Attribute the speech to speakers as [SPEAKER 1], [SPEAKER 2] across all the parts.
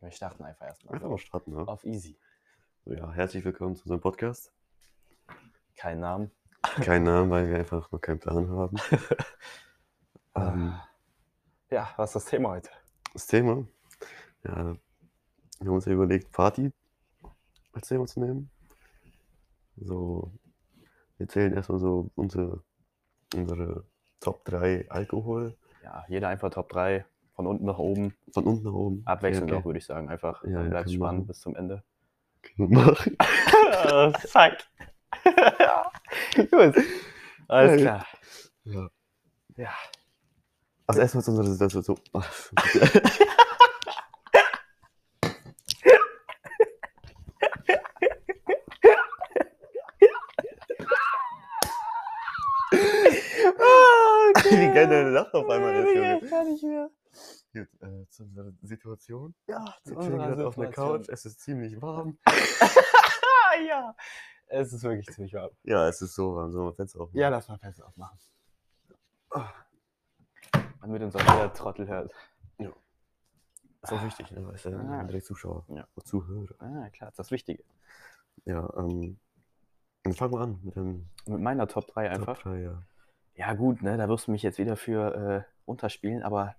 [SPEAKER 1] Wir starten einfach erstmal.
[SPEAKER 2] Einfach mal starten, ne?
[SPEAKER 1] Auf easy.
[SPEAKER 2] So, ja, herzlich willkommen zu unserem Podcast.
[SPEAKER 1] Kein Namen.
[SPEAKER 2] Keinen Namen, weil wir einfach noch keinen Plan haben.
[SPEAKER 1] Ah.
[SPEAKER 2] ähm,
[SPEAKER 1] Ja, was ist das Thema heute?
[SPEAKER 2] das Thema. Ja, wir haben uns ja überlegt, Party als Thema zu nehmen. So, wir erzählen erstmal so unsere, unsere Top 3 Alkohol.
[SPEAKER 1] Ja, jeder einfach Top 3 von unten nach oben.
[SPEAKER 2] Von unten nach oben.
[SPEAKER 1] Abwechselnd
[SPEAKER 2] Ja,
[SPEAKER 1] auch, würde ich sagen. Einfach
[SPEAKER 2] Ja,
[SPEAKER 1] ja,
[SPEAKER 2] ja,
[SPEAKER 1] bleibt
[SPEAKER 2] können wir
[SPEAKER 1] spannend
[SPEAKER 2] machen.
[SPEAKER 1] bis zum Ende.
[SPEAKER 2] Können wir machen.
[SPEAKER 1] oh, fuck. Gut.
[SPEAKER 2] Ja,
[SPEAKER 1] Alles klar.
[SPEAKER 2] Ja.
[SPEAKER 1] Ja.
[SPEAKER 2] Also erstmal zu unserer Situation.
[SPEAKER 1] Ah,
[SPEAKER 2] Wie geil deine Lache auf einmal ist, Junge.
[SPEAKER 1] Ich kann nicht mehr.
[SPEAKER 2] Jetzt, äh, zu unserer Situation.
[SPEAKER 1] Ja,
[SPEAKER 2] Wir chillen gerade auf einer Couch, es ist ziemlich warm.
[SPEAKER 1] Ah, ja. Es ist wirklich ziemlich warm.
[SPEAKER 2] Ja, es ist so warm, so man Fenster offen.
[SPEAKER 1] Ja, lass mal Fenster aufmachen. Damit uns auch jeder Trottel hört.
[SPEAKER 2] ist auch wichtig, ne? Weißt du,
[SPEAKER 1] Ah.
[SPEAKER 2] ah. direkt Zuschauer
[SPEAKER 1] Ja.
[SPEAKER 2] und Zuhörer.
[SPEAKER 1] Ah, klar, das ist das Wichtige.
[SPEAKER 2] Ja, ähm, dann fangen wir an mit dem
[SPEAKER 1] Mit meiner Top 3 einfach.
[SPEAKER 2] Top 3, ja.
[SPEAKER 1] Ja, gut, ne, da wirst du mich jetzt wieder für äh, runterspielen, aber.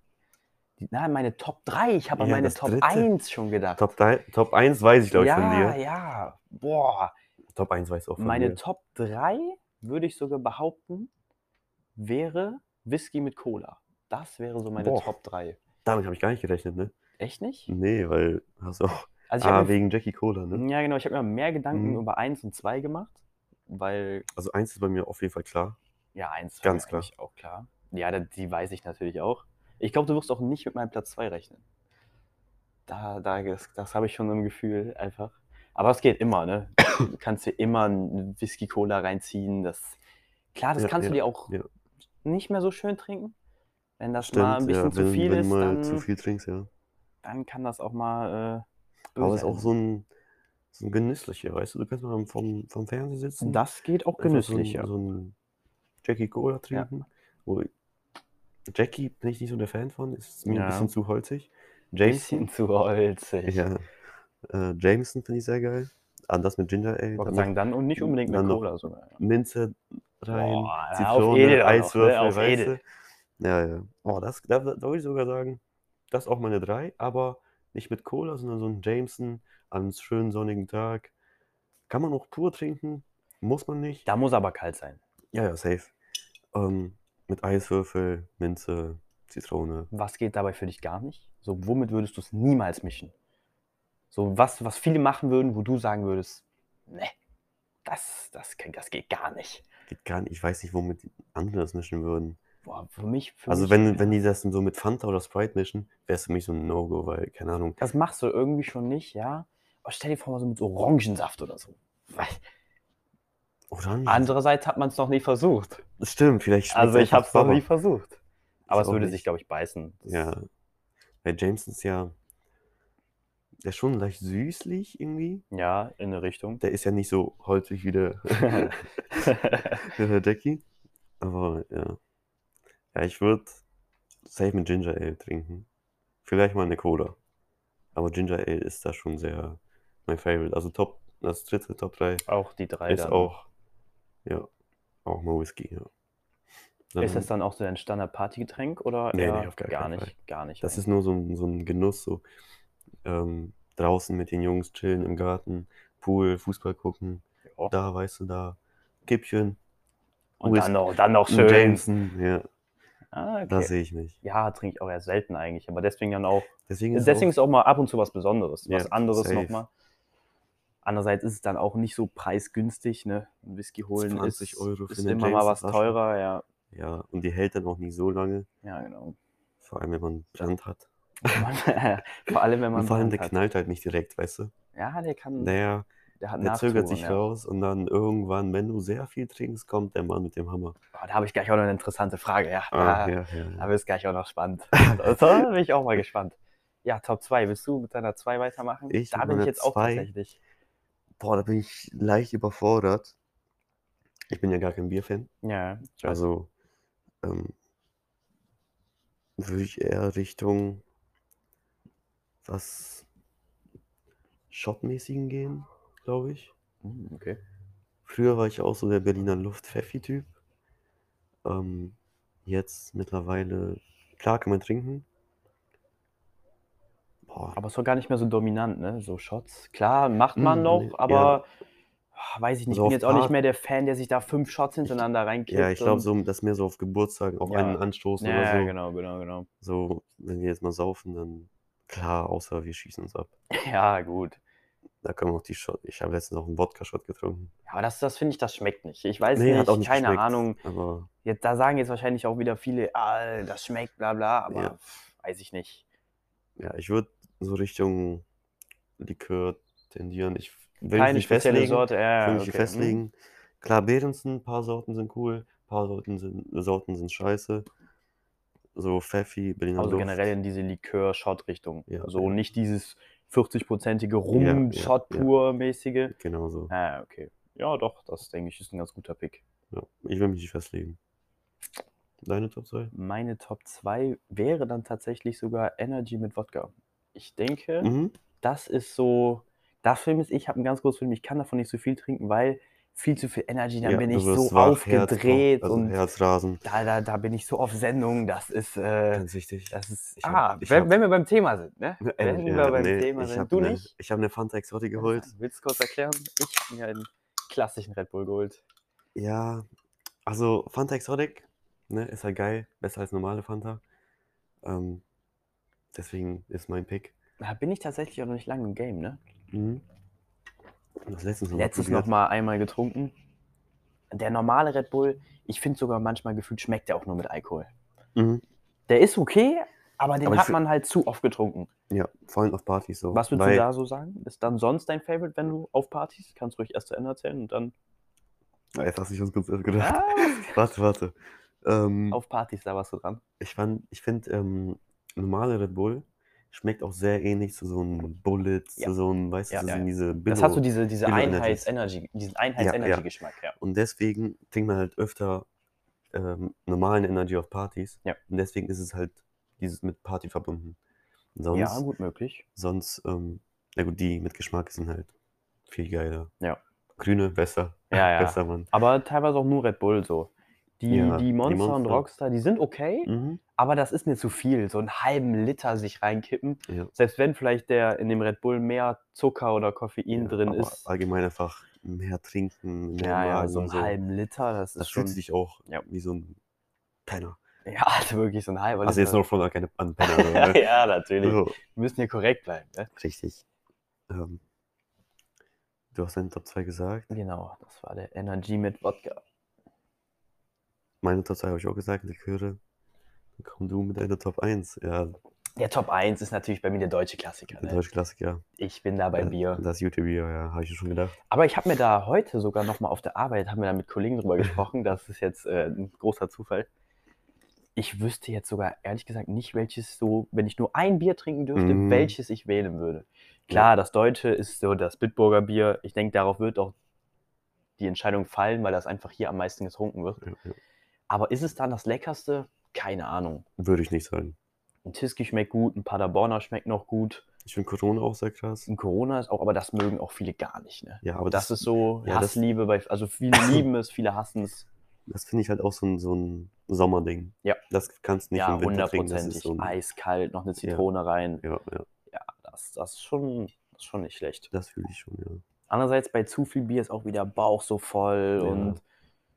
[SPEAKER 1] Die, na, meine Top 3. Ich habe an
[SPEAKER 2] Ja,
[SPEAKER 1] meine
[SPEAKER 2] das
[SPEAKER 1] Top
[SPEAKER 2] dritte.
[SPEAKER 1] 1 schon gedacht.
[SPEAKER 2] Top, 3, Top 1 weiß ich, glaube ich,
[SPEAKER 1] ja,
[SPEAKER 2] von dir.
[SPEAKER 1] ja. Boah.
[SPEAKER 2] Top 1 weiß ich auch von
[SPEAKER 1] meine
[SPEAKER 2] dir.
[SPEAKER 1] Top 3, würde ich sogar behaupten, wäre Whisky mit Cola. Das wäre so meine
[SPEAKER 2] Boah.
[SPEAKER 1] Top 3.
[SPEAKER 2] Damit habe ich gar nicht gerechnet, ne?
[SPEAKER 1] Echt nicht?
[SPEAKER 2] Nee, weil hast auch.
[SPEAKER 1] Also ich
[SPEAKER 2] ah,
[SPEAKER 1] hab mir-
[SPEAKER 2] wegen Jackie Cola, ne?
[SPEAKER 1] ja, genau. Ich habe mir mehr Gedanken
[SPEAKER 2] Mhm.
[SPEAKER 1] über 1 und 2 gemacht, weil
[SPEAKER 2] Also eins ist bei mir auf jeden Fall klar.
[SPEAKER 1] Ja, eins war
[SPEAKER 2] Ganz
[SPEAKER 1] mir
[SPEAKER 2] klar.
[SPEAKER 1] eigentlich auch klar. Ja, da, die weiß ich natürlich auch. Ich glaube, du wirst auch nicht mit meinem Platz 2 rechnen. Da, da, ist- das habe ich schon im Gefühl einfach. Aber es geht immer, ne? Du kannst dir immer einen Whisky-Cola reinziehen. Das, klar, das
[SPEAKER 2] Ja,
[SPEAKER 1] kannst du
[SPEAKER 2] ja,
[SPEAKER 1] dir auch
[SPEAKER 2] ja.
[SPEAKER 1] nicht mehr so schön trinken. Wenn das mal ein bisschen
[SPEAKER 2] ja,
[SPEAKER 1] zu
[SPEAKER 2] wenn,
[SPEAKER 1] viel
[SPEAKER 2] wenn
[SPEAKER 1] ist,
[SPEAKER 2] du mal
[SPEAKER 1] dann,
[SPEAKER 2] zu viel trinkst, ja.
[SPEAKER 1] dann kann das auch mal. Äh,
[SPEAKER 2] Aber
[SPEAKER 1] böse
[SPEAKER 2] es ist auch
[SPEAKER 1] enden.
[SPEAKER 2] so ein, so ein genüsslicher, weißt du? Du kannst mal vom, vom Fernseher sitzen.
[SPEAKER 1] Das geht auch
[SPEAKER 2] einfach
[SPEAKER 1] genüsslich,
[SPEAKER 2] so
[SPEAKER 1] ja.
[SPEAKER 2] ein, so ein Jackie Cola trinken. Wo Jackie bin ich nicht so der Fan von, ist mir
[SPEAKER 1] Ja.
[SPEAKER 2] ein bisschen zu holzig.
[SPEAKER 1] Bisschen
[SPEAKER 2] Jameson.
[SPEAKER 1] zu holzig.
[SPEAKER 2] Ja. Äh, Jameson finde ich sehr geil. Anders mit Ginger Ale.
[SPEAKER 1] Ich wollte
[SPEAKER 2] dann
[SPEAKER 1] sagen, dann und nicht unbedingt mit
[SPEAKER 2] dann noch-
[SPEAKER 1] Cola sogar.
[SPEAKER 2] noch Minze rein,
[SPEAKER 1] Boah, ja, auf edel auch noch,
[SPEAKER 2] Zitrone,
[SPEAKER 1] ne?
[SPEAKER 2] Eiswürfel,
[SPEAKER 1] Auf
[SPEAKER 2] weißt
[SPEAKER 1] edel.
[SPEAKER 2] du? Ja, ja. Boah, das, da, da würde ich sogar sagen, das ist auch meine drei, aber nicht mit Cola, sondern so ein Jameson an einem schönen sonnigen Tag. Kann man auch pur trinken, muss man nicht.
[SPEAKER 1] Da muss aber kalt sein.
[SPEAKER 2] Ja, ja, safe. Ähm, mit Eiswürfel, Minze, Zitrone.
[SPEAKER 1] Was geht dabei für dich gar nicht? So, womit würdest du es niemals mischen? So, was, was viele machen würden, wo du sagen würdest, ne, das, das, kann- das geht gar nicht.
[SPEAKER 2] Geht gar nicht. Ich weiß nicht, womit andere das mischen würden.
[SPEAKER 1] Boah, für mich, für
[SPEAKER 2] Also
[SPEAKER 1] mich,
[SPEAKER 2] wenn, wenn die das so mit Fanta oder Sprite mischen, wäre es für mich so ein No-Go, weil, keine Ahnung,
[SPEAKER 1] das machst du irgendwie schon nicht, ja. Aber stell dir vor, mal so mit Orangensaft oder so. Weil-
[SPEAKER 2] Orangen.
[SPEAKER 1] Andererseits hat man es noch nie versucht.
[SPEAKER 2] Stimmt, vielleicht schmeckt's
[SPEAKER 1] Also ich
[SPEAKER 2] einfach
[SPEAKER 1] habe es noch
[SPEAKER 2] Baba.
[SPEAKER 1] nie versucht. Aber
[SPEAKER 2] Ich
[SPEAKER 1] es
[SPEAKER 2] auch
[SPEAKER 1] würde
[SPEAKER 2] nicht.
[SPEAKER 1] sich, glaube ich, beißen. Das-
[SPEAKER 2] Ja. Weil Jameson ist ja. Der ist schon leicht süßlich irgendwie.
[SPEAKER 1] Ja, in eine Richtung.
[SPEAKER 2] Der ist ja nicht so holzig wie der, wie der Jackie. Aber Äh, ja. Ja, ich würde safe mit Ginger Ale trinken. Vielleicht mal eine Cola. Aber Ginger Ale ist da schon sehr mein Favorite. Also Top, das dritte Top 3
[SPEAKER 1] auch die drei
[SPEAKER 2] ist
[SPEAKER 1] dann.
[SPEAKER 2] auch. Ja. Auch mal Whisky, ja.
[SPEAKER 1] Ist
[SPEAKER 2] Dann-
[SPEAKER 1] das dann auch so ein Standard-Partygetränk oder
[SPEAKER 2] ähm, Nee,
[SPEAKER 1] eher
[SPEAKER 2] nee, auf gar
[SPEAKER 1] gar
[SPEAKER 2] keinen
[SPEAKER 1] nicht? Gar nicht.
[SPEAKER 2] Das ist nur so ein, so ein Genuss, so ähm, draußen mit den Jungs chillen im Garten, Pool, Fußball gucken,
[SPEAKER 1] Ja.
[SPEAKER 2] da, weißt du, da, Kippchen,
[SPEAKER 1] Und
[SPEAKER 2] Whis-
[SPEAKER 1] dann noch, dann noch
[SPEAKER 2] ein
[SPEAKER 1] schön.
[SPEAKER 2] Jameson, ja,
[SPEAKER 1] Ah, okay.
[SPEAKER 2] das sehe ich nicht.
[SPEAKER 1] Ja, trinke ich auch eher selten eigentlich, aber deswegen dann auch.
[SPEAKER 2] Deswegen ist
[SPEAKER 1] Deswegen
[SPEAKER 2] auch,
[SPEAKER 1] ist auch mal ab und zu was Besonderes,
[SPEAKER 2] Ja,
[SPEAKER 1] was anderes
[SPEAKER 2] safe.
[SPEAKER 1] nochmal. Andererseits ist es dann auch nicht so preisgünstig, ne? Ein Whisky holen
[SPEAKER 2] 20
[SPEAKER 1] ist,
[SPEAKER 2] Euro für
[SPEAKER 1] ist
[SPEAKER 2] eine
[SPEAKER 1] immer mal was
[SPEAKER 2] Jameson-Flasche.
[SPEAKER 1] teurer, ja.
[SPEAKER 2] ja, und die hält dann auch nicht so lange,
[SPEAKER 1] Ja, genau.
[SPEAKER 2] vor allem wenn man Brand hat.
[SPEAKER 1] vor allem, wenn man.
[SPEAKER 2] und vor allem der
[SPEAKER 1] Brand hat.
[SPEAKER 2] knallt halt nicht direkt, weißt du?
[SPEAKER 1] Ja, der kann. Der,
[SPEAKER 2] Der,
[SPEAKER 1] hat
[SPEAKER 2] der zögert
[SPEAKER 1] Nachzug,
[SPEAKER 2] sich
[SPEAKER 1] ja.
[SPEAKER 2] raus und dann irgendwann, wenn du sehr viel trinkst, kommt der Mann mit dem Hammer.
[SPEAKER 1] Oh, da habe ich gleich auch noch eine interessante Frage, ja.
[SPEAKER 2] Ah,
[SPEAKER 1] da,
[SPEAKER 2] ja, ja, ja.
[SPEAKER 1] da wird es gleich auch noch spannend. Also, da bin ich auch mal gespannt. Ja, Top 2. Willst du mit deiner 2 weitermachen?
[SPEAKER 2] Ich
[SPEAKER 1] da
[SPEAKER 2] mit
[SPEAKER 1] bin ich
[SPEAKER 2] meiner
[SPEAKER 1] jetzt auch
[SPEAKER 2] zwei.
[SPEAKER 1] tatsächlich.
[SPEAKER 2] Boah, da bin ich leicht überfordert. Ich bin ja gar kein Bierfan.
[SPEAKER 1] Ja, ich weiß.
[SPEAKER 2] Also ähm, würde ich eher Richtung was Shot-mäßigen gehen, glaube ich.
[SPEAKER 1] Hm, Okay.
[SPEAKER 2] Früher war ich auch so der Berliner Luft-Pfeffi-Typ. Ähm, jetzt mittlerweile, klar kann man trinken. Boah,
[SPEAKER 1] Aber es war gar nicht mehr so dominant, ne? So Shots. Klar, macht man
[SPEAKER 2] Mm,
[SPEAKER 1] noch,
[SPEAKER 2] nee,
[SPEAKER 1] aber ah, weiß ich nicht. Ich
[SPEAKER 2] So
[SPEAKER 1] bin
[SPEAKER 2] auf
[SPEAKER 1] jetzt auch nicht
[SPEAKER 2] Part-
[SPEAKER 1] mehr der Fan, der sich da fünf Shots hintereinander reinkippt.
[SPEAKER 2] ja, ich glaube,
[SPEAKER 1] und-
[SPEAKER 2] so, dass mehr so auf Geburtstagen auf
[SPEAKER 1] Ja.
[SPEAKER 2] einen anstoßen
[SPEAKER 1] Ja,
[SPEAKER 2] oder so.
[SPEAKER 1] ja, genau, genau, genau.
[SPEAKER 2] So, wenn wir jetzt mal saufen, dann klar, außer wir schießen uns ab.
[SPEAKER 1] Ja, gut.
[SPEAKER 2] Da können wir auch die Shot. Ich habe letztens auch einen Wodka-Shot getrunken.
[SPEAKER 1] Ja, Aber das, das finde ich, das schmeckt nicht. Ich weiß
[SPEAKER 2] Nee,
[SPEAKER 1] nicht,
[SPEAKER 2] hat auch nicht
[SPEAKER 1] keine
[SPEAKER 2] geschmeckt,
[SPEAKER 1] Ahnung.
[SPEAKER 2] Aber
[SPEAKER 1] Jetzt, da sagen jetzt wahrscheinlich auch wieder viele, ah, das schmeckt, bla bla, aber
[SPEAKER 2] Ja.
[SPEAKER 1] pff, weiß ich nicht.
[SPEAKER 2] ja, ich würde so Richtung Likör tendieren. Ich will es
[SPEAKER 1] Keine
[SPEAKER 2] nicht
[SPEAKER 1] spezielle
[SPEAKER 2] festlegen.
[SPEAKER 1] Sorte, ja, ja,
[SPEAKER 2] will ich
[SPEAKER 1] okay.
[SPEAKER 2] hier
[SPEAKER 1] hm.
[SPEAKER 2] festlegen. Klar, Behrensen, ein paar Sorten sind cool, ein paar Sorten sind, Sorten sind scheiße. So Pfeffi, Berliner
[SPEAKER 1] Also
[SPEAKER 2] Luft.
[SPEAKER 1] generell in diese Likör-Shot-Richtung.
[SPEAKER 2] Ja,
[SPEAKER 1] so
[SPEAKER 2] ja.
[SPEAKER 1] nicht dieses 40-prozentige
[SPEAKER 2] ja, ja.
[SPEAKER 1] Rum-Shot-Pur-mäßige.
[SPEAKER 2] Genau so.
[SPEAKER 1] Ah, okay. Ja, doch, das denke ich ist ein ganz guter Pick.
[SPEAKER 2] Ja. Ich will mich nicht festlegen. Deine Top 2?
[SPEAKER 1] Meine Top 2 wäre dann tatsächlich sogar Energy mit Wodka. Ich denke,
[SPEAKER 2] Mhm.
[SPEAKER 1] das ist so. Das Film ist, ich habe ein ganz großes Film, ich kann davon nicht so viel trinken, weil viel zu viel Energy, dann
[SPEAKER 2] Ja,
[SPEAKER 1] bin
[SPEAKER 2] du
[SPEAKER 1] ich
[SPEAKER 2] wirst
[SPEAKER 1] so
[SPEAKER 2] wach, Herz-
[SPEAKER 1] aufgedreht
[SPEAKER 2] also
[SPEAKER 1] und
[SPEAKER 2] Herzrasen.
[SPEAKER 1] da, da, da bin ich so auf Sendung. Das ist. Äh,
[SPEAKER 2] Ganz wichtig.
[SPEAKER 1] das ist
[SPEAKER 2] Ich hab-
[SPEAKER 1] ah,
[SPEAKER 2] ich
[SPEAKER 1] wenn,
[SPEAKER 2] hab-
[SPEAKER 1] wenn wir beim Thema sind, ne?
[SPEAKER 2] Äh,
[SPEAKER 1] Wenn
[SPEAKER 2] ja,
[SPEAKER 1] wir beim
[SPEAKER 2] nee,
[SPEAKER 1] Thema
[SPEAKER 2] ich
[SPEAKER 1] sind.
[SPEAKER 2] hab
[SPEAKER 1] Du
[SPEAKER 2] ne-
[SPEAKER 1] nicht?
[SPEAKER 2] Ich habe eine Fanta Exotic geholt.
[SPEAKER 1] Willst du kurz erklären? Ich habe mir einen klassischen Red Bull geholt.
[SPEAKER 2] Ja, also Fanta Exotic, ne, ist halt geil, besser als normale Fanta. Ähm, deswegen ist mein Pick.
[SPEAKER 1] Da bin ich tatsächlich auch noch nicht lange im Game, ne?
[SPEAKER 2] Mhm. Das letztens noch mal
[SPEAKER 1] Letztes
[SPEAKER 2] probiert.
[SPEAKER 1] noch mal einmal getrunken. Der normale Red Bull, ich finde sogar manchmal gefühlt, schmeckt der auch nur mit Alkohol.
[SPEAKER 2] Mhm.
[SPEAKER 1] Der ist okay, aber den
[SPEAKER 2] Aber ich
[SPEAKER 1] hat
[SPEAKER 2] fi-
[SPEAKER 1] man halt zu oft getrunken.
[SPEAKER 2] Ja, vor allem auf Partys so.
[SPEAKER 1] Was würdest
[SPEAKER 2] weil,
[SPEAKER 1] du da so sagen? Ist dann sonst dein Favorite, wenn du auf Partys? Kannst du ruhig erst zu Ende erzählen und dann
[SPEAKER 2] Ah, Jetzt hast du uns kurz gedacht.
[SPEAKER 1] Ah,
[SPEAKER 2] Warte, warte. Ähm,
[SPEAKER 1] auf Partys, da warst du dran.
[SPEAKER 2] ich fand, ich finde, ähm, normale Red Bull schmeckt auch sehr ähnlich zu so einem Bullet,
[SPEAKER 1] Ja.
[SPEAKER 2] zu so einem, weißt du,
[SPEAKER 1] Ja,
[SPEAKER 2] zu
[SPEAKER 1] ja,
[SPEAKER 2] so
[SPEAKER 1] ja.
[SPEAKER 2] diese
[SPEAKER 1] Das
[SPEAKER 2] Billo-
[SPEAKER 1] hast du diese, diese
[SPEAKER 2] Billo Energies.
[SPEAKER 1] Einheits-Energy, diesen
[SPEAKER 2] Ja,
[SPEAKER 1] Einheits-Energy
[SPEAKER 2] ja.
[SPEAKER 1] Geschmack, ja.
[SPEAKER 2] Und deswegen trinkt man halt öfter ähm, normalen Energy auf Partys.
[SPEAKER 1] Ja.
[SPEAKER 2] Und deswegen ist es halt dieses mit Party verbunden. Und Sonst,
[SPEAKER 1] Ja, gut möglich.
[SPEAKER 2] sonst, ähm, na gut, die mit Geschmack sind halt viel geiler.
[SPEAKER 1] Ja.
[SPEAKER 2] Grüne, besser.
[SPEAKER 1] Ja, ja.
[SPEAKER 2] Besser, Mann.
[SPEAKER 1] Aber teilweise auch nur Red Bull so. Die,
[SPEAKER 2] Ja,
[SPEAKER 1] die,
[SPEAKER 2] die
[SPEAKER 1] Monster und
[SPEAKER 2] Monster.
[SPEAKER 1] Rockstar, die sind okay,
[SPEAKER 2] Mhm.
[SPEAKER 1] aber das ist mir zu viel. So einen halben Liter sich reinkippen.
[SPEAKER 2] Ja.
[SPEAKER 1] Selbst wenn vielleicht der in dem Red Bull mehr Zucker oder Koffein
[SPEAKER 2] Ja,
[SPEAKER 1] drin
[SPEAKER 2] aber
[SPEAKER 1] ist.
[SPEAKER 2] Allgemein einfach mehr trinken, mehr
[SPEAKER 1] Ja, ja,
[SPEAKER 2] Magen
[SPEAKER 1] so einen
[SPEAKER 2] so.
[SPEAKER 1] halben Liter, das ist
[SPEAKER 2] Das
[SPEAKER 1] schon.
[SPEAKER 2] fühlt sich auch
[SPEAKER 1] Ja.
[SPEAKER 2] wie so ein Penner.
[SPEAKER 1] Ja, also wirklich so ein halber
[SPEAKER 2] Also jetzt
[SPEAKER 1] Liter.
[SPEAKER 2] noch von keine an Penner. so,
[SPEAKER 1] ja,
[SPEAKER 2] ne?
[SPEAKER 1] ja, natürlich.
[SPEAKER 2] so,
[SPEAKER 1] Wir müssen hier korrekt bleiben. Ne?
[SPEAKER 2] richtig. Ähm, du hast deinen Top 2 gesagt.
[SPEAKER 1] Genau, das war der Energy mit Wodka.
[SPEAKER 2] Meine Top 2 habe ich auch gesagt, Liköre. Dann komm du mit deiner Top 1. Ja,
[SPEAKER 1] Der Top 1 ist natürlich bei mir der deutsche Klassiker.
[SPEAKER 2] der
[SPEAKER 1] Ne?
[SPEAKER 2] deutsche Klassiker.
[SPEAKER 1] Ich bin da bei
[SPEAKER 2] Äh,
[SPEAKER 1] Bier.
[SPEAKER 2] Das YouTube-Bier, ja, habe ich schon gedacht.
[SPEAKER 1] Aber ich habe mir da heute sogar nochmal auf der Arbeit, haben wir da mit Kollegen drüber gesprochen, das ist jetzt äh, ein großer Zufall. Ich wüsste jetzt sogar ehrlich gesagt nicht, welches so, wenn ich nur ein Bier trinken dürfte,
[SPEAKER 2] Mhm.
[SPEAKER 1] welches ich wählen würde. Klar, das Deutsche ist so das Bitburger Bier. Ich denke, darauf wird auch die Entscheidung fallen, weil das einfach hier am meisten getrunken wird.
[SPEAKER 2] Ja, ja.
[SPEAKER 1] Aber ist es dann das Leckerste? Keine Ahnung.
[SPEAKER 2] Würde ich nicht sagen.
[SPEAKER 1] Ein Tiski schmeckt gut, ein Paderborner schmeckt noch gut,
[SPEAKER 2] Ich finde Corona auch sehr krass.
[SPEAKER 1] ein Corona ist auch, aber das mögen auch viele gar nicht. Ne?
[SPEAKER 2] Ja, aber
[SPEAKER 1] Das
[SPEAKER 2] das,
[SPEAKER 1] ist so
[SPEAKER 2] ja, das-
[SPEAKER 1] Hassliebe, bei, also viele lieben es, viele hassen es.
[SPEAKER 2] das finde ich halt auch so ein, so ein Sommerding.
[SPEAKER 1] Ja.
[SPEAKER 2] Das kannst du nicht
[SPEAKER 1] ja,
[SPEAKER 2] im Winter trinken. Das
[SPEAKER 1] hundertprozentig.
[SPEAKER 2] ist so ein,
[SPEAKER 1] Eiskalt, noch eine Zitrone rein.
[SPEAKER 2] ja, ja,
[SPEAKER 1] Ja, das, das, ist schon, das ist schon nicht schlecht.
[SPEAKER 2] das fühle ich schon, ja.
[SPEAKER 1] Andererseits bei zu viel Bier ist auch wieder Bauch so voll
[SPEAKER 2] Ja.
[SPEAKER 1] und